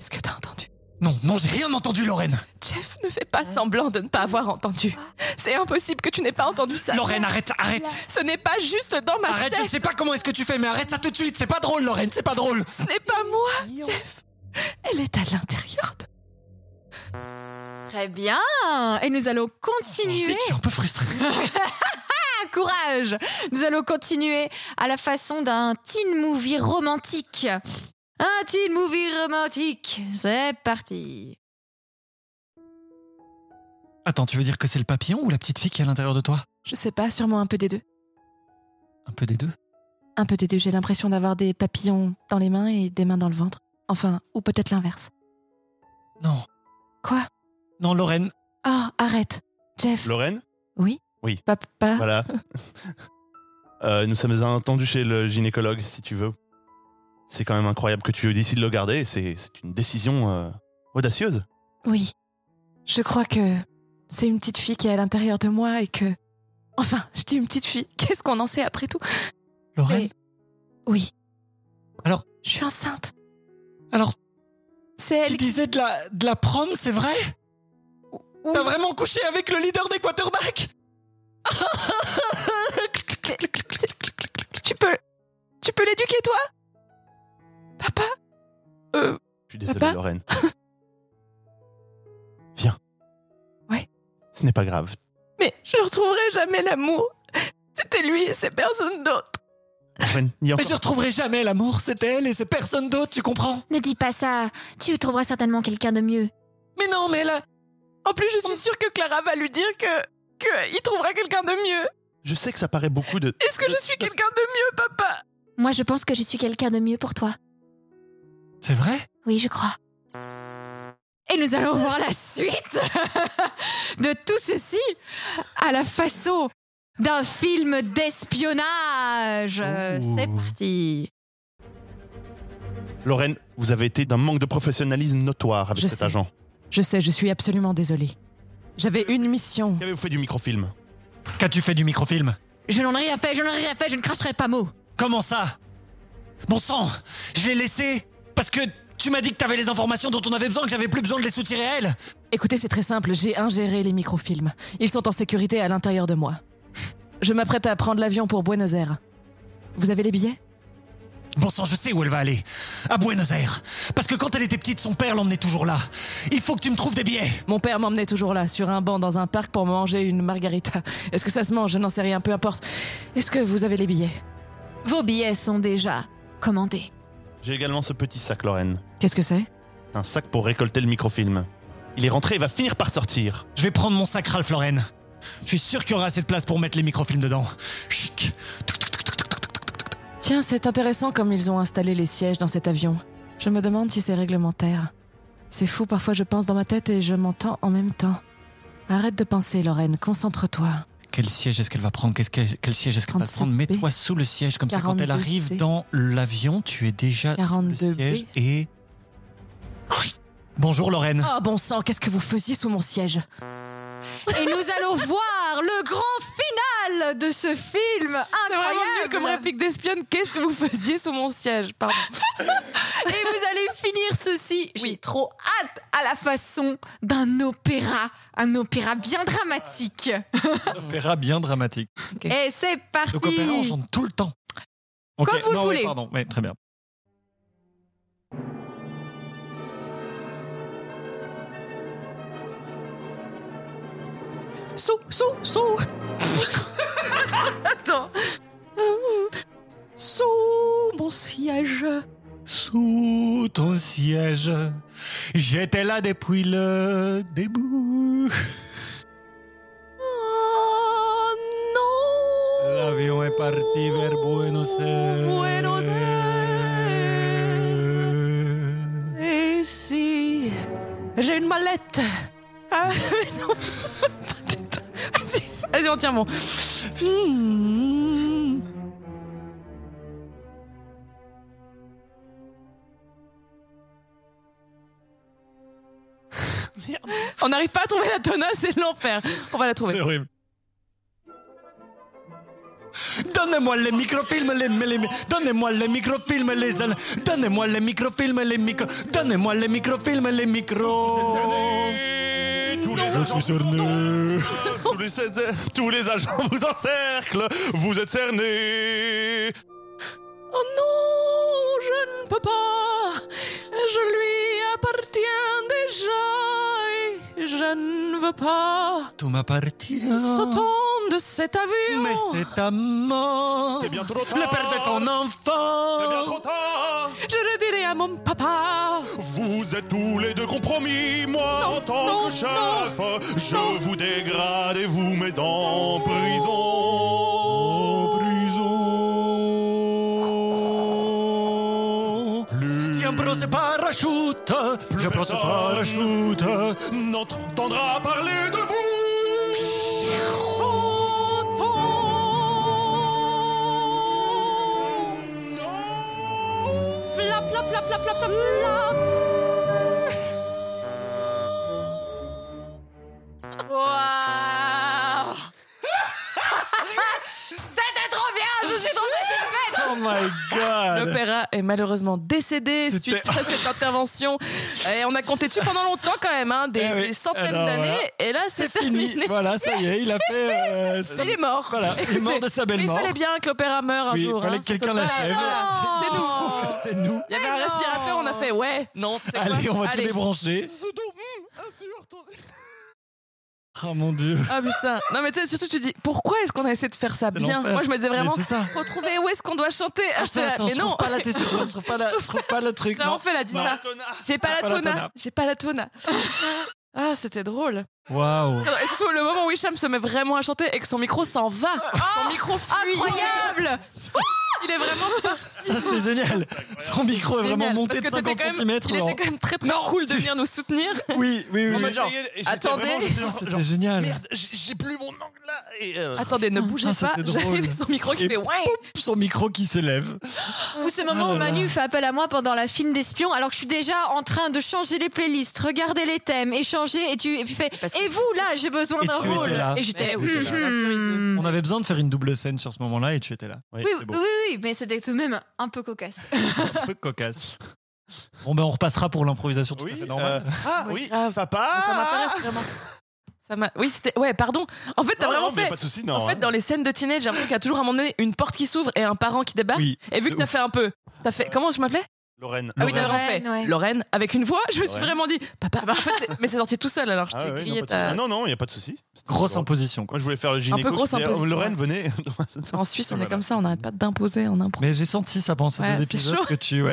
[SPEAKER 4] Est-ce que t'as entendu
[SPEAKER 3] Non, non, j'ai rien entendu, Lorraine.
[SPEAKER 4] Jeff, ne fais pas semblant de ne pas avoir entendu. C'est impossible que tu n'aies pas entendu ça.
[SPEAKER 3] Lorraine, arrête, arrête
[SPEAKER 4] Ce n'est pas juste dans ma
[SPEAKER 3] Arrête, je ne
[SPEAKER 4] tête.
[SPEAKER 3] sais pas comment est-ce que tu fais, mais arrête ça tout de suite. C'est pas drôle, Lorraine, c'est pas drôle.
[SPEAKER 4] Ce n'est pas moi, Jeff. Elle est à l'intérieur de...
[SPEAKER 1] Très bien. Et nous allons
[SPEAKER 3] Je
[SPEAKER 1] continuer.
[SPEAKER 3] suis je suis un peu frustré.
[SPEAKER 1] Ah, courage. Nous allons continuer à la façon d'un teen movie romantique. Un teen movie romantique. C'est parti.
[SPEAKER 3] Attends, tu veux dire que c'est le papillon ou la petite fille qui est à l'intérieur de toi
[SPEAKER 4] Je sais pas, sûrement un peu des deux.
[SPEAKER 3] Un peu des deux.
[SPEAKER 4] Un peu des deux, j'ai l'impression d'avoir des papillons dans les mains et des mains dans le ventre. Enfin, ou peut-être l'inverse.
[SPEAKER 3] Non,
[SPEAKER 4] Quoi
[SPEAKER 3] non, Lorraine.
[SPEAKER 4] Ah, arrête. Jeff.
[SPEAKER 2] Lorraine
[SPEAKER 4] Oui
[SPEAKER 2] Oui.
[SPEAKER 4] Papa.
[SPEAKER 2] Voilà. Euh, nous sommes entendus chez le gynécologue, si tu veux. C'est quand même incroyable que tu décides de le garder. C'est c'est une décision euh, audacieuse.
[SPEAKER 4] Oui. Je crois que c'est une petite fille qui est à l'intérieur de moi et que... Enfin, je dis une petite fille. Qu'est-ce qu'on en sait après tout
[SPEAKER 3] Lorraine
[SPEAKER 4] Et- Oui.
[SPEAKER 3] Alors
[SPEAKER 4] Je suis enceinte.
[SPEAKER 3] Alors,
[SPEAKER 4] C'est
[SPEAKER 3] tu
[SPEAKER 4] elle qui...
[SPEAKER 3] disais de la, de la prom, c'est vrai
[SPEAKER 4] Oui.
[SPEAKER 3] T'as vraiment couché avec le leader des quarterbacks
[SPEAKER 4] Tu peux... Tu peux l'éduquer, toi Papa Euh...
[SPEAKER 2] Je suis désolé,
[SPEAKER 4] Papa
[SPEAKER 2] Lorraine. Viens.
[SPEAKER 4] Ouais.
[SPEAKER 2] Ce n'est pas grave.
[SPEAKER 4] Mais je ne retrouverai jamais l'amour. C'était lui et c'est personne d'autre.
[SPEAKER 2] Lorraine, il y a
[SPEAKER 3] Mais je
[SPEAKER 2] encore-
[SPEAKER 3] retrouverai jamais l'amour, c'est elle et c'est personne d'autre, tu comprends
[SPEAKER 1] Ne dis pas ça. Tu trouveras certainement quelqu'un de mieux.
[SPEAKER 3] Mais non, mais là,
[SPEAKER 4] En plus, je suis sûre que Clara va lui dire que qu'il trouvera quelqu'un de mieux.
[SPEAKER 2] Je sais que ça paraît beaucoup de.
[SPEAKER 4] Est-ce que je suis quelqu'un de mieux, papa
[SPEAKER 1] Moi, je pense que je suis quelqu'un de mieux pour toi.
[SPEAKER 3] C'est vrai
[SPEAKER 1] Oui, je crois. Et nous allons voir la suite de tout ceci à la façon d'un film d'espionnage. Euh,
[SPEAKER 2] Ouh.
[SPEAKER 1] C'est parti.
[SPEAKER 2] Lorraine, vous avez été d'un manque de professionnalisme notoire avec
[SPEAKER 4] Je
[SPEAKER 2] cet
[SPEAKER 4] sais.
[SPEAKER 2] agent.
[SPEAKER 4] Je sais, je suis absolument désolée. J'avais une mission.
[SPEAKER 2] Qu'avez-vous fait du microfilm
[SPEAKER 3] Qu'as-tu fait du microfilm
[SPEAKER 1] Je n'en ai rien fait, je n'en ai rien fait, je ne cracherai pas mot.
[SPEAKER 3] Comment ça Bon sang Je l'ai laissé Parce que tu m'as dit que t'avais les informations dont on avait besoin, que j'avais plus besoin de les soutirer à elle
[SPEAKER 4] Écoutez, c'est très simple, j'ai ingéré les microfilms. Ils sont en sécurité à l'intérieur de moi. Je m'apprête à prendre l'avion pour Buenos Aires. Vous avez les billets
[SPEAKER 3] Bon sang, je sais où elle va aller. À Buenos Aires. Parce que quand elle était petite, son père l'emmenait toujours là. Il faut que tu me trouves des billets.
[SPEAKER 4] Mon père m'emmenait toujours là, sur un banc dans un parc pour manger une margarita. Est-ce que ça se mange Je n'en sais rien, peu importe. Est-ce que vous avez les billets
[SPEAKER 1] Vos billets sont déjà commandés.
[SPEAKER 2] J'ai également ce petit sac, Lorraine.
[SPEAKER 4] Qu'est-ce que c'est
[SPEAKER 2] C'est Un sac pour récolter le microfilm. Il est rentré et va finir par sortir.
[SPEAKER 3] Je vais prendre mon sac Ralph Lauren. Je suis sûr qu'il y aura assez de place pour mettre les microfilms dedans. Chic.
[SPEAKER 4] Tiens, c'est intéressant comme ils ont installé les sièges dans cet avion. Je me demande si c'est réglementaire. C'est fou, parfois je pense dans ma tête et je m'entends en même temps. Arrête de penser, Lorraine, concentre-toi.
[SPEAKER 3] Quel siège est-ce qu'elle va prendre Qu'est-ce qu'elle- Quel siège est-ce qu'elle va
[SPEAKER 4] 37B.
[SPEAKER 3] prendre Mets-toi sous le siège, comme ça quand elle
[SPEAKER 4] 42C.
[SPEAKER 3] arrive dans l'avion, tu es déjà sous le
[SPEAKER 4] 42B.
[SPEAKER 3] siège et... Bonjour Lorraine.
[SPEAKER 4] Oh bon sang, qu'est-ce que vous faisiez sous mon siège
[SPEAKER 1] Et nous allons voir le grand final de ce film incroyable.
[SPEAKER 4] d'espionne, qu'est-ce que vous faisiez sous mon siège Pardon.
[SPEAKER 1] Et vous allez finir ceci. J'ai
[SPEAKER 4] Oui.
[SPEAKER 1] trop hâte à la façon d'un opéra, un opéra bien dramatique. Ah.
[SPEAKER 3] Opéra bien dramatique.
[SPEAKER 1] Et c'est parti.
[SPEAKER 3] Donc opéra, on chante tout le temps. Ok,
[SPEAKER 1] Comme vous le
[SPEAKER 3] non, ouais,
[SPEAKER 1] voulez.
[SPEAKER 3] pardon, ouais, très bien.
[SPEAKER 4] Sous, sous, sous Attends. Sous mon siège.
[SPEAKER 3] Sous ton siège, j'étais là depuis le début.
[SPEAKER 4] Oh non
[SPEAKER 3] L'avion est parti vers Buenos Aires.
[SPEAKER 4] Buenos Aires. Et si j'ai une mallette Ah mais non Pas du tout. Vas-y, Vas-y, on tient bon. Hmm. On n'arrive pas à trouver la tona, c'est l'enfer. On va la trouver.
[SPEAKER 3] C'est horrible. Donnez-moi les microfilms, les, les- les- donnez-moi les microfilms, les al- donnez-moi les microfilms, les micro, donnez-moi les microfilms, les micros.
[SPEAKER 2] Tous les
[SPEAKER 3] Je suis cerné.
[SPEAKER 2] Tous les, césaires- tous les agents vous encerclent, vous êtes cernés.
[SPEAKER 4] Oh non, je ne peux pas. Je lui appartiens déjà et je ne veux pas.
[SPEAKER 3] Tout m'appartient.
[SPEAKER 4] Sautons de cet avion.
[SPEAKER 3] Oh. Mais c'est ta mort.
[SPEAKER 2] C'est bien trop tard.
[SPEAKER 3] Le père de ton
[SPEAKER 2] C'est bien trop
[SPEAKER 3] enfant.
[SPEAKER 2] tard.
[SPEAKER 4] Je le dirai à mon papa.
[SPEAKER 2] Vous êtes tous les deux compromis, moi en tant
[SPEAKER 4] non,
[SPEAKER 2] que chef, je vous dégrade et vous mets en prison. En prison. Plus
[SPEAKER 3] Tiens, prends ce parachute. Je prends ce parachute.
[SPEAKER 2] n'entendra parler de vous. Non.
[SPEAKER 4] Flap, flap, flap, flap, flap, flap, flap.
[SPEAKER 1] Waouh. C'était trop bien, je suis trop déçue.
[SPEAKER 3] Oh my god.
[SPEAKER 4] L'opéra est malheureusement décédé suite à cette intervention. Et on a compté dessus pendant longtemps quand même, hein, des,
[SPEAKER 3] Eh oui.
[SPEAKER 4] des centaines
[SPEAKER 3] Alors,
[SPEAKER 4] d'années.
[SPEAKER 3] voilà.
[SPEAKER 4] Et là, c'est
[SPEAKER 3] Fini.
[SPEAKER 4] terminé.
[SPEAKER 3] Voilà, ça y est, il a fait. euh, ça-
[SPEAKER 4] Il est mort.
[SPEAKER 3] Voilà, il est mort de sa belle
[SPEAKER 4] Mais
[SPEAKER 3] mort.
[SPEAKER 4] Il fallait bien que l'opéra meure un
[SPEAKER 3] Oui,
[SPEAKER 4] jour.
[SPEAKER 3] fallait
[SPEAKER 4] hein.
[SPEAKER 3] que quelqu'un
[SPEAKER 4] Ça peut pas-
[SPEAKER 3] l'achève.
[SPEAKER 4] C'est nous.
[SPEAKER 3] C'est nous.
[SPEAKER 4] Il y avait un respirateur, on a fait ouais, non. c'est quoi
[SPEAKER 3] Allez, on va tout
[SPEAKER 4] Allez.
[SPEAKER 3] débrancher. Mmh, Oh mon dieu.
[SPEAKER 4] Ah putain. Non mais tu sais, surtout tu dis pourquoi est-ce qu'on a essayé de faire ça
[SPEAKER 3] C'est
[SPEAKER 4] bien
[SPEAKER 3] l'enfer.
[SPEAKER 4] Moi je me disais
[SPEAKER 3] Mais
[SPEAKER 4] vraiment
[SPEAKER 3] C'est ça.
[SPEAKER 4] faut trouver où est-ce qu'on doit chanter. Ah, j'étais
[SPEAKER 3] Attends,
[SPEAKER 4] là,
[SPEAKER 3] attends,
[SPEAKER 4] mais
[SPEAKER 3] je trouve
[SPEAKER 4] non.
[SPEAKER 3] pas la tessiture, je trouve pas la, je trouve pas le truc.
[SPEAKER 4] Là
[SPEAKER 2] Ah,
[SPEAKER 3] non.
[SPEAKER 4] on
[SPEAKER 3] Ah,
[SPEAKER 4] fait la diva. J'ai pas la
[SPEAKER 3] pas la
[SPEAKER 4] tona.
[SPEAKER 3] tona.
[SPEAKER 4] J'ai pas la tona. Ah, c'était drôle.
[SPEAKER 3] Waouh.
[SPEAKER 4] Et surtout le moment où Hicham se met vraiment à chanter et que son micro s'en va. son micro fuit.
[SPEAKER 1] Incroyable
[SPEAKER 4] Il est vraiment
[SPEAKER 3] Ça, c'était génial. Son micro est vraiment
[SPEAKER 4] génial,
[SPEAKER 3] monté de
[SPEAKER 4] parce que t'étais
[SPEAKER 3] 50
[SPEAKER 4] quand même-
[SPEAKER 3] cm.
[SPEAKER 4] Il était quand même très très cool de venir nous soutenir.
[SPEAKER 3] Oui, oui, oui.
[SPEAKER 4] mode genre,
[SPEAKER 2] J'essayais et j'étais
[SPEAKER 4] attendez.
[SPEAKER 2] vraiment- j'étais genre,
[SPEAKER 3] C'était
[SPEAKER 2] genre,
[SPEAKER 3] génial.
[SPEAKER 2] Merde, j'ai j'ai plus mon angle là. Et euh,
[SPEAKER 4] Attendez, ne bougez
[SPEAKER 3] Ah,
[SPEAKER 4] pas.
[SPEAKER 3] c'était drôle.
[SPEAKER 4] J'arrive son micro qui
[SPEAKER 3] Et
[SPEAKER 4] fait ouais.
[SPEAKER 3] Son micro qui s'élève.
[SPEAKER 1] Ou ce moment
[SPEAKER 3] Ah
[SPEAKER 1] où
[SPEAKER 3] là là.
[SPEAKER 1] Manu fait appel à moi pendant la film d'espion, alors que je suis déjà en train de changer les playlists, regarder les thèmes, échanger, et tu, et tu fais
[SPEAKER 4] Parce que-
[SPEAKER 1] Et vous, là, j'ai besoin
[SPEAKER 3] Et
[SPEAKER 1] d'un
[SPEAKER 3] tu étais
[SPEAKER 1] rôle
[SPEAKER 3] là.
[SPEAKER 1] Et j'étais.
[SPEAKER 4] Eh oui, t'étais là, la cerise.
[SPEAKER 1] Hmm.
[SPEAKER 3] On avait besoin de faire une double scène sur ce moment-là et tu étais là.
[SPEAKER 1] Oui, oui, oui, oui, mais c'était tout de même un peu cocasse.
[SPEAKER 3] Un peu cocasse. Bon, ben on repassera pour l'improvisation tout à
[SPEAKER 2] Oui,
[SPEAKER 3] fait normale.
[SPEAKER 2] euh, ah oui,
[SPEAKER 4] Grave.
[SPEAKER 2] papa.
[SPEAKER 4] Ça
[SPEAKER 2] Ah
[SPEAKER 4] m'intéresse vraiment. Ça m'a. Oui, c'était. Ouais, pardon. En fait, t'as
[SPEAKER 2] Non,
[SPEAKER 4] vraiment
[SPEAKER 2] non, mais
[SPEAKER 4] fait.
[SPEAKER 2] Pas de soucis, non.
[SPEAKER 4] en fait,
[SPEAKER 2] hein.
[SPEAKER 4] dans les scènes de teenage, j'ai l'impression qu'il y a toujours à un moment donné une porte qui s'ouvre et un parent qui débarque.
[SPEAKER 3] Oui.
[SPEAKER 4] Et vu que
[SPEAKER 3] De
[SPEAKER 4] t'as
[SPEAKER 3] ouf.
[SPEAKER 4] fait un peu. T'as fait. Comment je m'appelais
[SPEAKER 2] Lorraine.
[SPEAKER 4] Ah oui, t'as
[SPEAKER 3] Lorraine.
[SPEAKER 4] vraiment fait.
[SPEAKER 1] Lorraine, ouais.
[SPEAKER 4] Lorraine, avec une voix. Je me suis
[SPEAKER 2] Lorraine.
[SPEAKER 4] vraiment dit, papa. en fait, c'est- mais c'est sorti tout seul alors. Je
[SPEAKER 2] Ah
[SPEAKER 4] t'ai
[SPEAKER 2] ouais,
[SPEAKER 4] crié
[SPEAKER 2] non, pas de
[SPEAKER 4] ta-
[SPEAKER 2] soucis. Ah non, non, il n'y a pas de souci.
[SPEAKER 3] Grosse imposition, quoi.
[SPEAKER 2] Moi, je voulais faire le gynéco.
[SPEAKER 4] grosse
[SPEAKER 2] c'était, euh,
[SPEAKER 4] imposition.
[SPEAKER 2] Lorraine, venez.
[SPEAKER 4] En Suisse, on
[SPEAKER 2] Ah Voilà.
[SPEAKER 4] est comme ça, on n'arrête pas d'imposer en impro.
[SPEAKER 3] Mais j'ai senti ça pendant ces
[SPEAKER 4] Ouais,
[SPEAKER 3] deux
[SPEAKER 4] c'est
[SPEAKER 3] épisodes
[SPEAKER 4] chaud.
[SPEAKER 3] que tu. Ouais,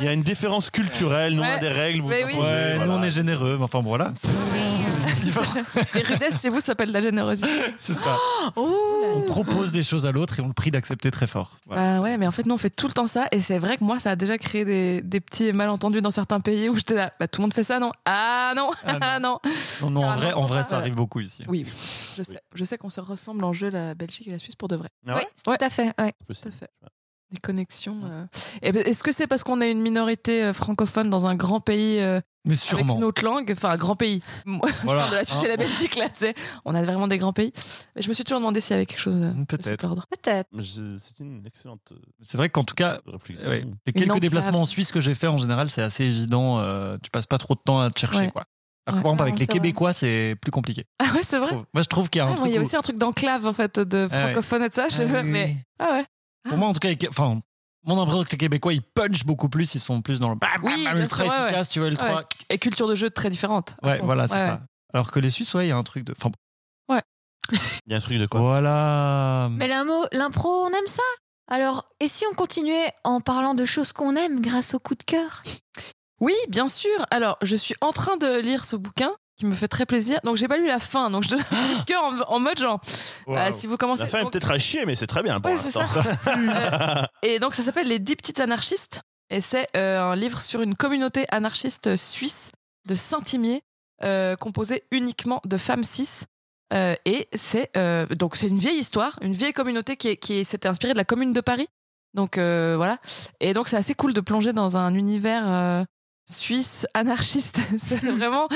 [SPEAKER 2] Il y a une différence culturelle, nous on a
[SPEAKER 4] Ouais.
[SPEAKER 2] des règles. Vous
[SPEAKER 4] Mais oui.
[SPEAKER 2] imposez,
[SPEAKER 3] ouais
[SPEAKER 2] voilà.
[SPEAKER 3] nous on est généreux, mais enfin voilà. C'est différent.
[SPEAKER 4] Les rudesses chez vous ça s'appelle la générosité.
[SPEAKER 3] C'est ça. On propose des choses à l'autre et on le prie d'accepter très fort. Voilà.
[SPEAKER 4] Bah ouais, mais en fait, nous, on fait tout le temps ça. Et c'est vrai que moi, ça a déjà créé des, des petits malentendus dans certains pays où j'étais là. Bah, tout le monde fait ça, non Ah non
[SPEAKER 3] Ah,
[SPEAKER 4] Ah non
[SPEAKER 3] Non, non, en vrai, en vrai, ça
[SPEAKER 4] Voilà.
[SPEAKER 3] arrive beaucoup ici.
[SPEAKER 4] Oui, oui. Je sais, je sais qu'on se ressemble en jeu, la Belgique et la Suisse, pour de vrai.
[SPEAKER 2] Ah ouais,
[SPEAKER 1] Oui, c'est tout à fait. ouais.
[SPEAKER 2] c'est possible.
[SPEAKER 4] Tout à fait. Des connexions. euh. Et ben, Est-ce que c'est parce qu'on est une minorité euh, francophone dans un grand pays euh,
[SPEAKER 3] Mais
[SPEAKER 4] avec
[SPEAKER 3] sûrement.
[SPEAKER 4] une autre langue Enfin, un grand pays. Moi,
[SPEAKER 3] Voilà. Ah,
[SPEAKER 4] de la Suisse et la Belgique, là, tu sais. On a vraiment des grands pays. Mais je me suis toujours demandé s'il y avait quelque chose euh, de
[SPEAKER 3] Peut-être.
[SPEAKER 4] cet ordre.
[SPEAKER 1] Peut-être.
[SPEAKER 2] Je- C'est une excellente euh,
[SPEAKER 3] Hein, C'est vrai qu'en tout cas,
[SPEAKER 2] réflexion.
[SPEAKER 3] Ouais. Les quelques
[SPEAKER 4] enclave.
[SPEAKER 3] déplacements en Suisse que j'ai fait en général, c'est assez évident. euh, tu passes pas trop de temps à te chercher,
[SPEAKER 4] Ouais.
[SPEAKER 3] quoi. Alors que
[SPEAKER 4] Ouais.
[SPEAKER 3] par exemple, avec
[SPEAKER 1] Non,
[SPEAKER 3] les
[SPEAKER 1] c'est vrai.
[SPEAKER 3] Québécois, c'est plus compliqué.
[SPEAKER 4] Ah ouais, c'est vrai
[SPEAKER 3] je trouve. Moi, je trouve qu'il y a un
[SPEAKER 4] Ah, moi,
[SPEAKER 3] truc.
[SPEAKER 4] Il y a
[SPEAKER 3] où-
[SPEAKER 4] aussi un truc d'enclave, en fait, de
[SPEAKER 3] Ah ouais.
[SPEAKER 4] francophone et de ça. Je sais pas,
[SPEAKER 3] Ah, oui,
[SPEAKER 4] mais...
[SPEAKER 3] oui.
[SPEAKER 4] Ah ouais
[SPEAKER 3] Pour moi, en tout cas, les- enfin, mon impression c'est que les Québécois, ils punchent beaucoup plus. Ils sont plus dans le.
[SPEAKER 4] Oui, bien
[SPEAKER 3] ultra
[SPEAKER 4] sûr, ouais,
[SPEAKER 3] efficace, tu vois, ultra. Ouais,
[SPEAKER 4] et culture de jeu très différente. à fond.
[SPEAKER 3] voilà, c'est
[SPEAKER 4] Ouais,
[SPEAKER 3] ça. Alors que les Suisses, ouais, il y a un truc de. Enfin,
[SPEAKER 2] Il y a un truc de quoi
[SPEAKER 3] voilà.
[SPEAKER 1] Mais l'immo- l'impro, on aime ça Alors, et si on continuait en parlant de choses qu'on aime grâce au coup de cœur
[SPEAKER 4] Oui, bien sûr. Alors, je suis en train de lire ce bouquin qui me fait très plaisir. Donc, j'ai pas lu la fin. Donc, je donne un coup de cœur en, en mode genre, euh, si vous commencez.
[SPEAKER 2] La fin est
[SPEAKER 4] donc-
[SPEAKER 2] peut-être à chier, mais c'est très bien pour
[SPEAKER 4] Ouais, c'est
[SPEAKER 2] l'instant.
[SPEAKER 1] Hmm.
[SPEAKER 4] Euh, et donc, ça s'appelle Les Dix Petites Anarchistes. Et c'est euh, un livre sur une communauté anarchiste suisse de Saint-Imier, euh, composée uniquement de femmes cis. Euh, et c'est euh, donc c'est une vieille histoire, une vieille communauté qui, est- qui s'était inspirée de la Commune de Paris. Donc euh, voilà. Et donc c'est assez cool de plonger dans un univers euh, suisse anarchiste. c'est vraiment,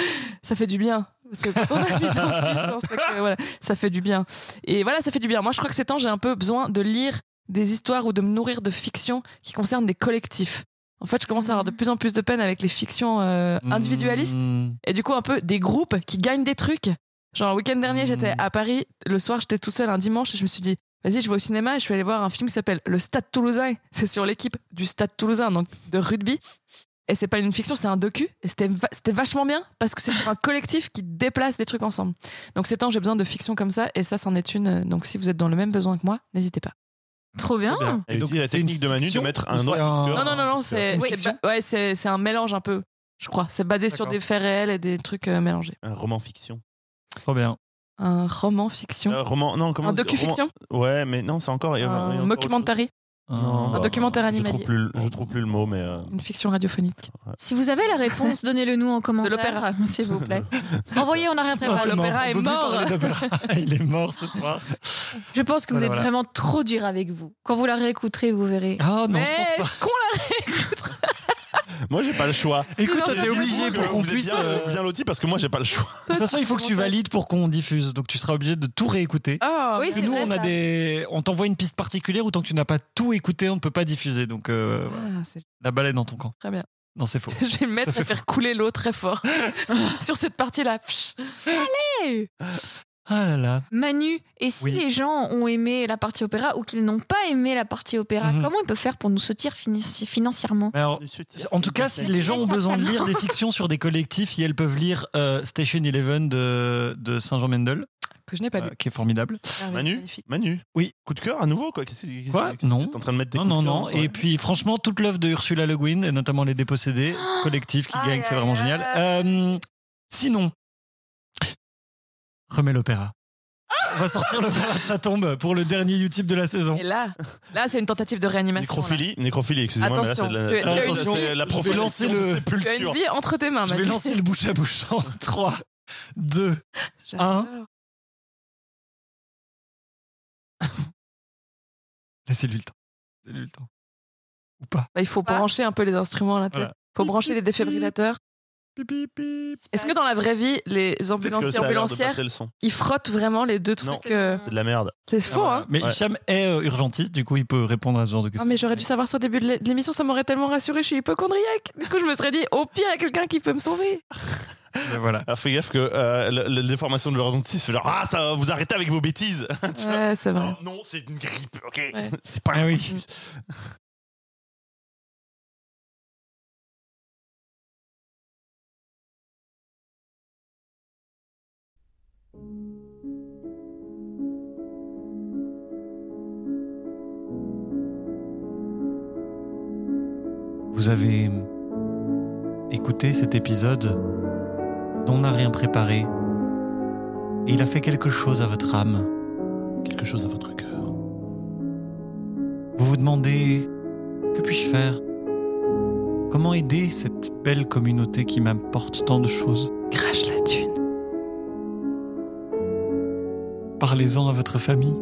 [SPEAKER 4] ça fait du bien. Parce que quand on habite en Suisse, on sait que, voilà, ça fait du bien. Et voilà, ça fait du bien. Moi, je crois que ces temps, j'ai un peu besoin de lire des histoires ou de me nourrir de fictions qui concernent des collectifs. En fait, je commence à avoir de plus en plus de peine avec les fictions euh,
[SPEAKER 3] Hmm.
[SPEAKER 4] individualistes
[SPEAKER 3] Mmh.
[SPEAKER 4] et du coup un peu des groupes qui gagnent des trucs. Genre le week-end dernier,
[SPEAKER 3] Mhm.
[SPEAKER 4] j'étais à Paris, le soir, j'étais toute seule un dimanche et je me suis dit, vas-y, je vais au cinéma et je vais aller voir un film qui s'appelle Le Stade Toulousain. C'est sur l'équipe du Stade Toulousain, donc de rugby. Et c'est pas une fiction, c'est un docu. Et c'était va- c'était vachement bien parce que c'est sur un collectif qui déplace des trucs ensemble. Donc ces temps, j'ai besoin de fiction comme ça et ça, c'en est une. Donc si vous êtes dans le même besoin que moi, n'hésitez pas.
[SPEAKER 1] Trop bien,
[SPEAKER 3] Bien.
[SPEAKER 2] Elle utilise la
[SPEAKER 3] c'est une
[SPEAKER 2] technique de Manu de
[SPEAKER 3] fiction
[SPEAKER 2] mettre
[SPEAKER 3] ou
[SPEAKER 2] un
[SPEAKER 3] c'est
[SPEAKER 2] autre coup de
[SPEAKER 4] Non,
[SPEAKER 2] cœur.
[SPEAKER 4] non, non, non, c'est
[SPEAKER 3] Une
[SPEAKER 4] c'est
[SPEAKER 3] fiction
[SPEAKER 4] ba- ouais, c'est- c'est un mélange un peu, je crois. C'est basé sur
[SPEAKER 3] D'accord.
[SPEAKER 4] des faits réels et des trucs euh, mélangés.
[SPEAKER 2] Un roman fiction.
[SPEAKER 3] Trop bien.
[SPEAKER 4] Un roman fiction.
[SPEAKER 2] Un roman, non, comment
[SPEAKER 4] Hum. un
[SPEAKER 2] on dit-
[SPEAKER 4] docu-fiction,
[SPEAKER 2] roman- Ouais, mais non, c'est encore. il y a- il y a
[SPEAKER 4] un
[SPEAKER 2] encore autre chose.
[SPEAKER 4] mockumentary,
[SPEAKER 2] Non, bah,
[SPEAKER 4] un documentaire
[SPEAKER 2] je
[SPEAKER 4] animalier,
[SPEAKER 2] trouve, plus, je trouve plus le mot, mais. euh,
[SPEAKER 4] une fiction radiophonique.
[SPEAKER 1] Si vous avez la réponse, donnez-le nous en
[SPEAKER 4] l'opéra.
[SPEAKER 1] commentaire, s'il vous plaît. Envoyez, on a rien
[SPEAKER 3] Non,
[SPEAKER 1] préparé.
[SPEAKER 3] c'est
[SPEAKER 4] l'opéra
[SPEAKER 3] mort. On
[SPEAKER 4] est
[SPEAKER 3] peut plus
[SPEAKER 4] mort.
[SPEAKER 3] parler d'opéra. Il est mort ce soir.
[SPEAKER 1] Je pense que vous
[SPEAKER 3] Voilà,
[SPEAKER 1] êtes
[SPEAKER 3] voilà.
[SPEAKER 1] vraiment trop dur avec vous. Quand vous la réécouterez, vous verrez.
[SPEAKER 3] Ah non,
[SPEAKER 4] Mais
[SPEAKER 3] je pense pas.
[SPEAKER 4] est-ce qu'on l'a
[SPEAKER 2] Moi, j'ai pas le choix.
[SPEAKER 3] Écoute,
[SPEAKER 4] Sinon,
[SPEAKER 3] t'es
[SPEAKER 4] ça
[SPEAKER 3] obligé
[SPEAKER 2] Que
[SPEAKER 3] pour qu'on
[SPEAKER 2] vous êtes
[SPEAKER 3] puisse.
[SPEAKER 2] bien,
[SPEAKER 3] euh,
[SPEAKER 2] bien loti parce que moi, j'ai pas le choix.
[SPEAKER 3] De toute façon, il faut que tu valides pour qu'on diffuse. Donc, tu seras obligé de tout réécouter.
[SPEAKER 4] Ah,
[SPEAKER 1] Oui,
[SPEAKER 3] Parce que
[SPEAKER 1] c'est
[SPEAKER 3] nous,
[SPEAKER 1] vrai,
[SPEAKER 3] on a
[SPEAKER 1] ça.
[SPEAKER 3] des, on t'envoie une piste particulière où tant que tu n'as pas tout écouté, on ne peut pas diffuser. Donc, euh, voilà.
[SPEAKER 4] ah, c'est
[SPEAKER 3] la balle est dans ton camp.
[SPEAKER 4] très bien.
[SPEAKER 3] Non, c'est faux.
[SPEAKER 4] Je vais me
[SPEAKER 3] Ça
[SPEAKER 4] mettre
[SPEAKER 3] fait
[SPEAKER 4] à faire couler l'eau très fort sur cette partie-là. Pfff.
[SPEAKER 1] Hey
[SPEAKER 3] Ah là là.
[SPEAKER 1] Eh, Manu, et si
[SPEAKER 3] Oui.
[SPEAKER 1] les gens ont aimé la partie opéra ou qu'ils n'ont pas aimé la partie opéra,
[SPEAKER 3] Mhm.
[SPEAKER 1] comment ils peuvent faire pour nous soutenir financi- financièrement
[SPEAKER 3] Mais alors, en tout cas, si les gens ont besoin de lire des fictions sur des collectifs, ils peuvent lire euh, Station Eleven de, de Saint-Jean Mendel,
[SPEAKER 4] Que je n'ai pas
[SPEAKER 3] euh,
[SPEAKER 4] lu.
[SPEAKER 3] qui est formidable.
[SPEAKER 4] Ah oui,
[SPEAKER 2] Manu,
[SPEAKER 4] magnifique.
[SPEAKER 2] Manu.
[SPEAKER 3] Oui.
[SPEAKER 2] Coup de cœur à nouveau, quoi. Qu'est-ce que- qu'est-ce
[SPEAKER 3] Quoi
[SPEAKER 2] que-
[SPEAKER 3] Non.
[SPEAKER 2] T'es en train de mettre tes
[SPEAKER 3] Non,
[SPEAKER 2] coups
[SPEAKER 3] non,
[SPEAKER 2] de cœur,
[SPEAKER 3] non.
[SPEAKER 2] ouais.
[SPEAKER 3] Et puis, franchement, toute
[SPEAKER 4] Ah,
[SPEAKER 3] l'œuvre de Ursula Le Guin, et notamment Les Dépossédés, collectif qui gagne, c'est vraiment génial. Euh, Sinon, remets l'opéra. On va sortir l'opéra de sa tombe pour le dernier YouTube de la saison.
[SPEAKER 4] Ah Et là, là c'est une tentative de réanimation.
[SPEAKER 2] Nécrophilie, nécrophilie, excusez-moi, mais là c'est
[SPEAKER 4] Attention,
[SPEAKER 2] de la,
[SPEAKER 4] tu es-
[SPEAKER 2] c'est-
[SPEAKER 3] tu es-
[SPEAKER 2] attention,
[SPEAKER 3] tu es-
[SPEAKER 2] c'est la
[SPEAKER 3] je vais lancer
[SPEAKER 2] profanation
[SPEAKER 3] le-
[SPEAKER 2] de
[SPEAKER 4] là. Tu as une
[SPEAKER 2] sépulture.
[SPEAKER 4] vie entre tes mains,
[SPEAKER 3] Je vais
[SPEAKER 4] mec.
[SPEAKER 3] lancer le bouche à bouche en 3, 2,
[SPEAKER 4] J'adore.
[SPEAKER 3] laissez-lui le temps. Laissez-lui le temps. Ou pas.
[SPEAKER 4] Bah, il faut
[SPEAKER 1] Pas.
[SPEAKER 4] brancher un peu les instruments là, tu sais.
[SPEAKER 3] Voilà.
[SPEAKER 4] Faut brancher les défibrillateurs.
[SPEAKER 3] Pip, pip, pip.
[SPEAKER 4] Est-ce que dans la vraie vie, les
[SPEAKER 2] Peut-être que
[SPEAKER 4] ambulanciers
[SPEAKER 2] ça a l'air de
[SPEAKER 4] ambulancières,
[SPEAKER 2] passer le son.
[SPEAKER 4] ils frottent vraiment les deux
[SPEAKER 2] Non.
[SPEAKER 4] trucs euh,
[SPEAKER 2] C'est de la merde.
[SPEAKER 4] C'est faux, hein
[SPEAKER 3] Ah, bah, Mais
[SPEAKER 2] Ouais.
[SPEAKER 3] Hicham est euh, urgentiste, du coup il peut répondre à ce genre de
[SPEAKER 4] Ah,
[SPEAKER 3] questions.
[SPEAKER 4] mais j'aurais dû savoir ça au début de l'é- de l'émission, ça m'aurait tellement rassuré, je suis hypochondriaque. Du coup, je me serais dit, au pire, il y a quelqu'un qui peut me sauver.
[SPEAKER 3] Mais voilà.
[SPEAKER 2] Alors fais gaffe que euh, la, la déformation de leur dentiste fait genre Ah, ça va vous arrêtez avec vos bêtises
[SPEAKER 4] Ah, Ouais, c'est vrai.
[SPEAKER 2] Oh, Non, c'est une grippe, ok
[SPEAKER 4] Ouais.
[SPEAKER 2] C'est pas
[SPEAKER 3] Ah
[SPEAKER 2] un
[SPEAKER 3] oui.
[SPEAKER 2] virus.
[SPEAKER 3] Vous avez écouté cet épisode dont on n'a rien préparé. Et il a fait quelque chose à votre âme.
[SPEAKER 2] Quelque chose à votre cœur.
[SPEAKER 3] Vous vous demandez que puis-je faire Comment aider cette belle communauté qui m'apporte tant de choses
[SPEAKER 4] Crache la thune,
[SPEAKER 3] Parlez-en à votre famille,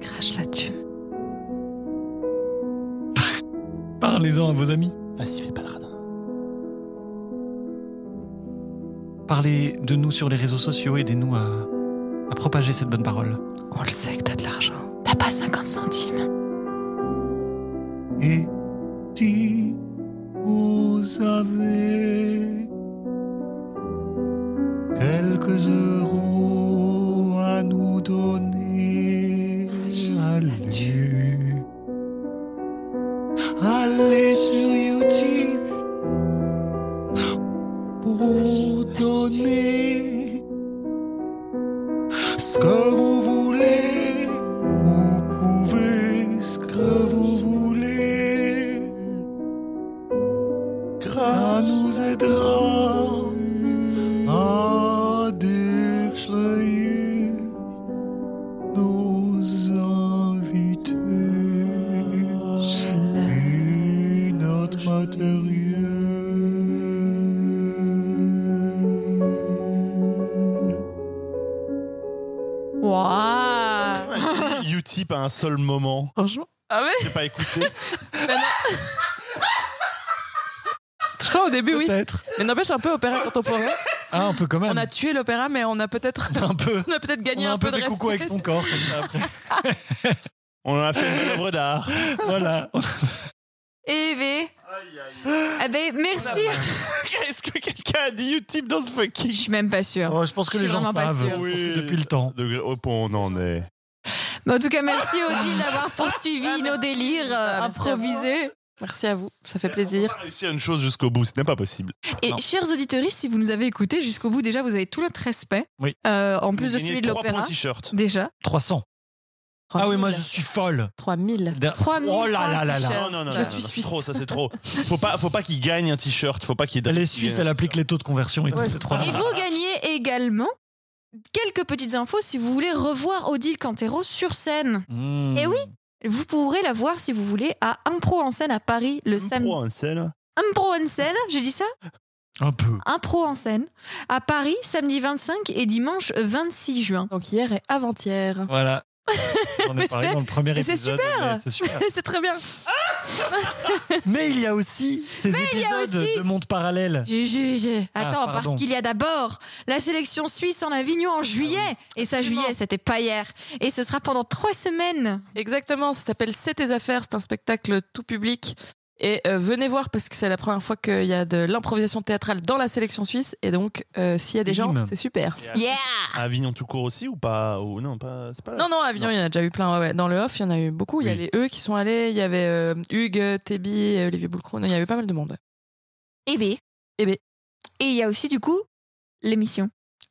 [SPEAKER 4] crache la thune.
[SPEAKER 3] parlez-en à vos amis,
[SPEAKER 2] Vas-y, fais pas le radin.
[SPEAKER 3] parlez de nous sur les réseaux sociaux, aidez-nous à, à propager cette bonne parole.
[SPEAKER 4] On le sait que t'as de l'argent.
[SPEAKER 1] T'as pas 50 centimes.
[SPEAKER 3] Et si vous avez quelques euros à nous donner, allez, allez sur YouTube pour donner ce que vous voulez, vous pouvez ce que vous voulez. Ça nous aidera à défrayer nos invités et notre matériel.
[SPEAKER 1] Waouh
[SPEAKER 2] Utip à un seul moment.
[SPEAKER 4] Franchement. Ah ouais
[SPEAKER 2] J'ai pas écouté.
[SPEAKER 4] Je crois au début, oui.
[SPEAKER 3] Peut-être.
[SPEAKER 4] Mais n'empêche, un peu opéra contemporain.
[SPEAKER 3] Ah, un peu quand même.
[SPEAKER 4] On a tué l'opéra, mais on a peut-être
[SPEAKER 3] un peu.
[SPEAKER 4] on a peut-être
[SPEAKER 3] On
[SPEAKER 4] gagné
[SPEAKER 3] a un,
[SPEAKER 4] un,
[SPEAKER 3] peu,
[SPEAKER 4] de
[SPEAKER 3] fait
[SPEAKER 4] respect.
[SPEAKER 3] coucou avec son corps comme ça après.
[SPEAKER 2] On en a fait une belle œuvre d'art.
[SPEAKER 3] voilà.
[SPEAKER 1] Eh ben, eh ben, merci.
[SPEAKER 2] Est-ce que quelqu'un a dit Utip dans ce
[SPEAKER 1] Je
[SPEAKER 2] fucking
[SPEAKER 1] suis même pas sûre.
[SPEAKER 3] Oh, je pense que
[SPEAKER 1] Je
[SPEAKER 3] les
[SPEAKER 1] suis
[SPEAKER 3] gens
[SPEAKER 1] vraiment pas
[SPEAKER 3] savent.
[SPEAKER 1] sûre.
[SPEAKER 3] Je pense
[SPEAKER 2] Oui.
[SPEAKER 3] que depuis le temps.
[SPEAKER 2] degré au point on en est
[SPEAKER 1] Mais en tout cas, merci Odile d'avoir poursuivi
[SPEAKER 4] Ah, merci.
[SPEAKER 1] nos délires euh,
[SPEAKER 4] Ah, merci à vous.
[SPEAKER 1] improvisés.
[SPEAKER 4] Merci à vous, ça fait
[SPEAKER 2] On
[SPEAKER 4] plaisir.
[SPEAKER 2] va réussir une chose jusqu'au bout, ce n'est pas possible.
[SPEAKER 1] Et
[SPEAKER 3] Non.
[SPEAKER 1] chers auditeurs, si vous nous avez écoutés jusqu'au bout, déjà, vous avez tout notre respect.
[SPEAKER 3] Oui.
[SPEAKER 1] Euh, en plus de
[SPEAKER 2] J'ai gagné
[SPEAKER 1] celui de
[SPEAKER 2] trois points
[SPEAKER 1] l'opéra.
[SPEAKER 2] t-shirt.
[SPEAKER 1] Déjà.
[SPEAKER 3] 300. Ah oui, moi je suis folle.
[SPEAKER 4] 3000.
[SPEAKER 3] De-
[SPEAKER 1] 3000
[SPEAKER 3] Oh là là là là.
[SPEAKER 1] points
[SPEAKER 2] Non, non, non,
[SPEAKER 4] Je
[SPEAKER 2] non,
[SPEAKER 4] suis
[SPEAKER 2] non, c'est
[SPEAKER 4] suisse.
[SPEAKER 2] trop, ça c'est trop. Faut pas, faut pas qu'il gagne un t-shirt, faut pas qu'il.
[SPEAKER 3] Les Suisses, elle applique les taux de conversion et
[SPEAKER 4] Ouais,
[SPEAKER 3] tout.
[SPEAKER 4] c'est
[SPEAKER 3] C'est 3000.
[SPEAKER 1] Et vous gagnez également quelques petites infos si vous voulez revoir Odile Cantero sur scène.
[SPEAKER 3] Mmh.
[SPEAKER 1] Eh oui. Vous pourrez la voir si vous voulez à Impro en scène à Paris le
[SPEAKER 2] Sam.
[SPEAKER 1] samedi. Impro en scène, j'ai dit ça
[SPEAKER 3] Un peu.
[SPEAKER 1] Impro en scène à Paris samedi 25 et dimanche 26 juin.
[SPEAKER 4] Donc hier et avant-hier.
[SPEAKER 3] Voilà. On est
[SPEAKER 4] Mais
[SPEAKER 3] parlé
[SPEAKER 4] c'est-
[SPEAKER 3] dans le premier
[SPEAKER 4] mais c'est
[SPEAKER 3] épisode.
[SPEAKER 4] super.
[SPEAKER 3] mais c'est super.
[SPEAKER 4] c'est très bien.
[SPEAKER 3] Mais il y a aussi ces épisodes
[SPEAKER 1] aussi-
[SPEAKER 3] de Monde Parallèle.
[SPEAKER 1] J'ai- j'ai- j'ai-
[SPEAKER 3] Ah,
[SPEAKER 1] Attends,
[SPEAKER 3] pardon.
[SPEAKER 1] parce qu'il y a d'abord la sélection suisse en Avignon en juillet. Et ça,
[SPEAKER 4] Absolument.
[SPEAKER 1] juillet, c'était pas hier. Et ce sera pendant trois semaines.
[SPEAKER 4] Exactement, ça s'appelle C'est tes affaires, c'est un spectacle tout public. Et euh, venez voir parce que c'est la première fois qu'il y a de l'improvisation théâtrale dans la sélection suisse. Et donc, euh, s'il y a des gens,
[SPEAKER 3] Bim.
[SPEAKER 4] c'est super.
[SPEAKER 1] Yeah
[SPEAKER 2] À Avignon tout court aussi ou pas ou Non, pas. C'est pas
[SPEAKER 4] Non, non, à Avignon,
[SPEAKER 2] Non.
[SPEAKER 4] il y en a déjà eu plein. ouais, ouais. Dans le off, il y en a eu beaucoup. Il y a
[SPEAKER 3] Oui.
[SPEAKER 4] les E qui sont allés, il y avait euh, Hugues, Tébi, euh, Olivier Boulcron, il y avait pas mal de monde. ouais.
[SPEAKER 1] Et B.
[SPEAKER 4] Eh ben.
[SPEAKER 1] Et il y a aussi, du coup, l'émission.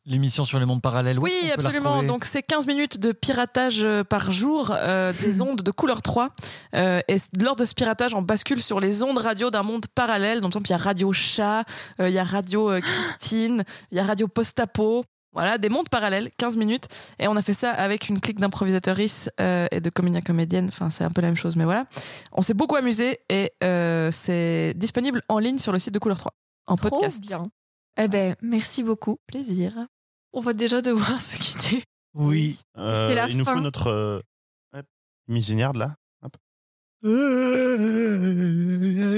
[SPEAKER 3] l'émission sur les mondes parallèles. où
[SPEAKER 4] Oui,
[SPEAKER 3] est-ce qu'on peut la
[SPEAKER 4] absolument.
[SPEAKER 3] retrouver
[SPEAKER 4] Donc, c'est 15 minutes de piratage euh, par jour euh, des ondes de couleur 3. Euh, et c- lors de ce piratage, on bascule sur les ondes radio d'un monde parallèle. Donc, il y a Radio Chat, euh, il y a Radio euh, Christine, il y a Radio Postapo. Voilà, des mondes parallèles, 15 minutes. Et on a fait ça avec une clique d'improvisatrices euh, et de comédiens comédiennes. Enfin, c'est un peu la même chose, mais voilà. On s'est beaucoup amusé et euh, c'est disponible en ligne sur le site de Couleur 3. En
[SPEAKER 1] Trop
[SPEAKER 4] podcast.
[SPEAKER 1] bien. Eh ben, merci beaucoup.
[SPEAKER 4] Plaisir.
[SPEAKER 1] On va déjà devoir se quitter.
[SPEAKER 3] Oui.
[SPEAKER 2] Euh,
[SPEAKER 1] C'est la
[SPEAKER 2] il nous
[SPEAKER 1] fin.
[SPEAKER 2] faut notre euh, hop, Miss Vignard, là.
[SPEAKER 1] Mais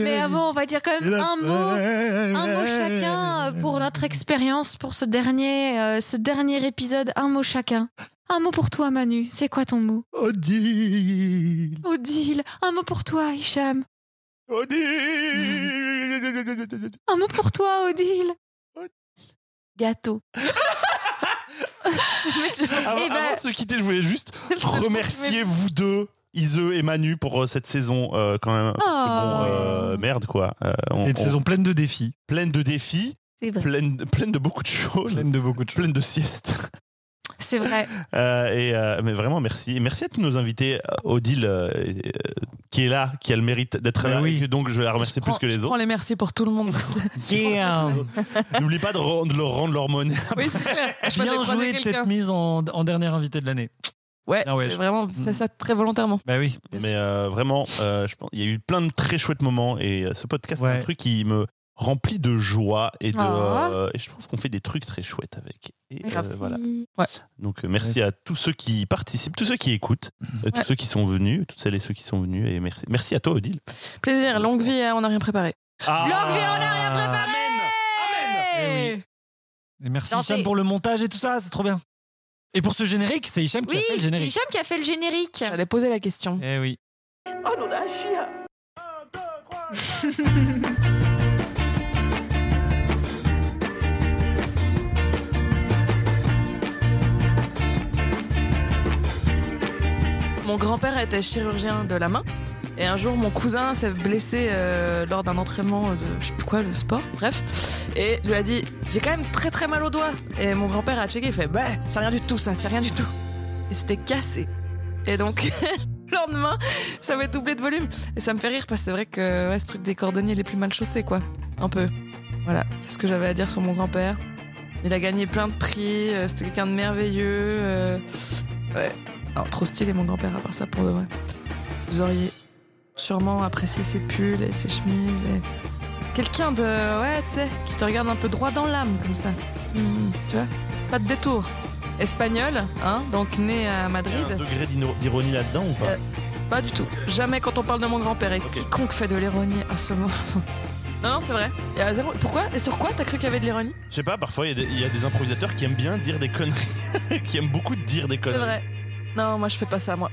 [SPEAKER 3] Mais
[SPEAKER 1] avant, on va dire quand même un mot, un mot chacun euh, pour notre expérience, pour ce dernier, euh, ce dernier épisode. Un mot chacun. Un mot pour toi, Manu. C'est quoi ton mot
[SPEAKER 3] Odile.
[SPEAKER 1] Odile. Un mot pour toi, Hicham. Un mot pour toi, Odile.
[SPEAKER 4] Gâteau.
[SPEAKER 2] Avant,
[SPEAKER 1] Eh ben-
[SPEAKER 2] avant de se quitter, je voulais juste remercier vous deux, Iseu et Manu, pour euh, cette saison euh, quand même.
[SPEAKER 1] Oh.
[SPEAKER 2] Parce que bon, euh, merde quoi. Euh, on-
[SPEAKER 3] Une
[SPEAKER 2] on-
[SPEAKER 3] saison pleine de défis,
[SPEAKER 2] pleine de défis,
[SPEAKER 1] C'est vrai.
[SPEAKER 2] pleine, pleine de beaucoup de choses,
[SPEAKER 3] pleine de beaucoup de choses.
[SPEAKER 2] pleine de siestes.
[SPEAKER 1] C'est vrai.
[SPEAKER 2] Euh, et euh, mais vraiment merci, et merci à tous nos invités. Euh, Odile euh, et, euh, qui est là, qui a le mérite d'être
[SPEAKER 3] Mais
[SPEAKER 2] là,
[SPEAKER 3] oui.
[SPEAKER 2] et que donc je vais la remercier
[SPEAKER 4] Je prends-
[SPEAKER 2] plus que les
[SPEAKER 4] je
[SPEAKER 2] autres.
[SPEAKER 4] prends les merci pour tout le monde.
[SPEAKER 3] Damn.
[SPEAKER 2] N'oublie pas de, rendre- de leur rendre leur monnaie.
[SPEAKER 4] oui, c'est clair. Je crois que j'ai
[SPEAKER 3] Bien
[SPEAKER 4] croisé
[SPEAKER 3] joué,
[SPEAKER 4] quelqu'un.
[SPEAKER 3] tête mise en, en dernier invité de l'année.
[SPEAKER 4] Ouais,
[SPEAKER 3] Ah ouais,
[SPEAKER 4] j'ai
[SPEAKER 3] je-
[SPEAKER 4] vraiment
[SPEAKER 3] Mm.
[SPEAKER 4] fait ça très volontairement.
[SPEAKER 3] Bah oui.
[SPEAKER 4] Bien
[SPEAKER 2] Mais euh, vraiment, euh, je pense- il y a eu plein de très chouettes moments et euh, ce podcast, c'est
[SPEAKER 3] Ouais.
[SPEAKER 2] un truc qui me remplit de joie et de
[SPEAKER 4] Oh.
[SPEAKER 1] Ah.
[SPEAKER 2] euh, et je trouve qu'on fait des trucs très chouettes avec. Et, euh,
[SPEAKER 1] Merci.
[SPEAKER 2] voilà. Donc euh, merci à tous ceux qui participent, tous ceux qui écoutent, euh, tous
[SPEAKER 4] Ouais.
[SPEAKER 2] ceux qui sont venus, toutes celles et ceux qui sont venus et merci merci à toi Odile.
[SPEAKER 4] Plaisir, longue vie, hein, on n'a rien préparé.
[SPEAKER 2] Ah.
[SPEAKER 1] Longue vie, on n'a rien préparé
[SPEAKER 3] Eh Et merci
[SPEAKER 1] Non,
[SPEAKER 3] Hicham
[SPEAKER 1] c'est-
[SPEAKER 3] pour le montage et tout ça, c'est trop bien. Et pour ce générique, c'est Hicham
[SPEAKER 1] Oui,
[SPEAKER 3] qui a fait le
[SPEAKER 1] c'est
[SPEAKER 3] générique.
[SPEAKER 1] Hicham qui a fait le générique.
[SPEAKER 4] J'allais poser la question.
[SPEAKER 3] Eh oui.
[SPEAKER 4] Mon grand-père était chirurgien de la main. Et un jour, mon cousin s'est blessé euh, lors d'un entraînement de je sais plus quoi, de sport, bref. Et lui a dit J'ai quand même très très mal au doigt. Et mon grand-père a checké, il fait Bah, c'est rien du tout, ça, c'est rien du tout. Et c'était cassé. Et donc, le lendemain, ça avait doublé de volume. Et ça me fait rire parce que c'est vrai que ouais, ce truc des cordonniers les plus mal chaussés, quoi. Un peu. Voilà, c'est ce que j'avais à dire sur mon grand-père. Il a gagné plein de prix, euh, c'était quelqu'un de merveilleux. euh, Ouais. Alors, trop stylé, mon grand-père, à part ça pour de vrai. Vous auriez sûrement apprécié ses pulls et ses chemises. Et... Quelqu'un de. Ouais, tu sais, qui te regarde un peu droit dans l'âme, comme ça. Hmm, tu vois Pas de détour. Espagnol, hein, donc né à
[SPEAKER 2] Il y a un
[SPEAKER 4] Madrid.
[SPEAKER 2] degré d'ino- d'ironie là-dedans ou pas
[SPEAKER 4] Euh, Pas du tout. Jamais quand on parle de mon grand-père. Et quiconque fait de l'ironie à ce moment. non, non, c'est vrai. Il y a zéro. Pourquoi Et sur quoi t'as cru qu'il y avait de l'ironie
[SPEAKER 2] Je sais pas, parfois il y, a des- il y a des improvisateurs qui aiment bien dire des conneries, qui aiment beaucoup dire des
[SPEAKER 4] C'est
[SPEAKER 2] conneries.
[SPEAKER 4] vrai. Non, moi je fais pas ça, moi.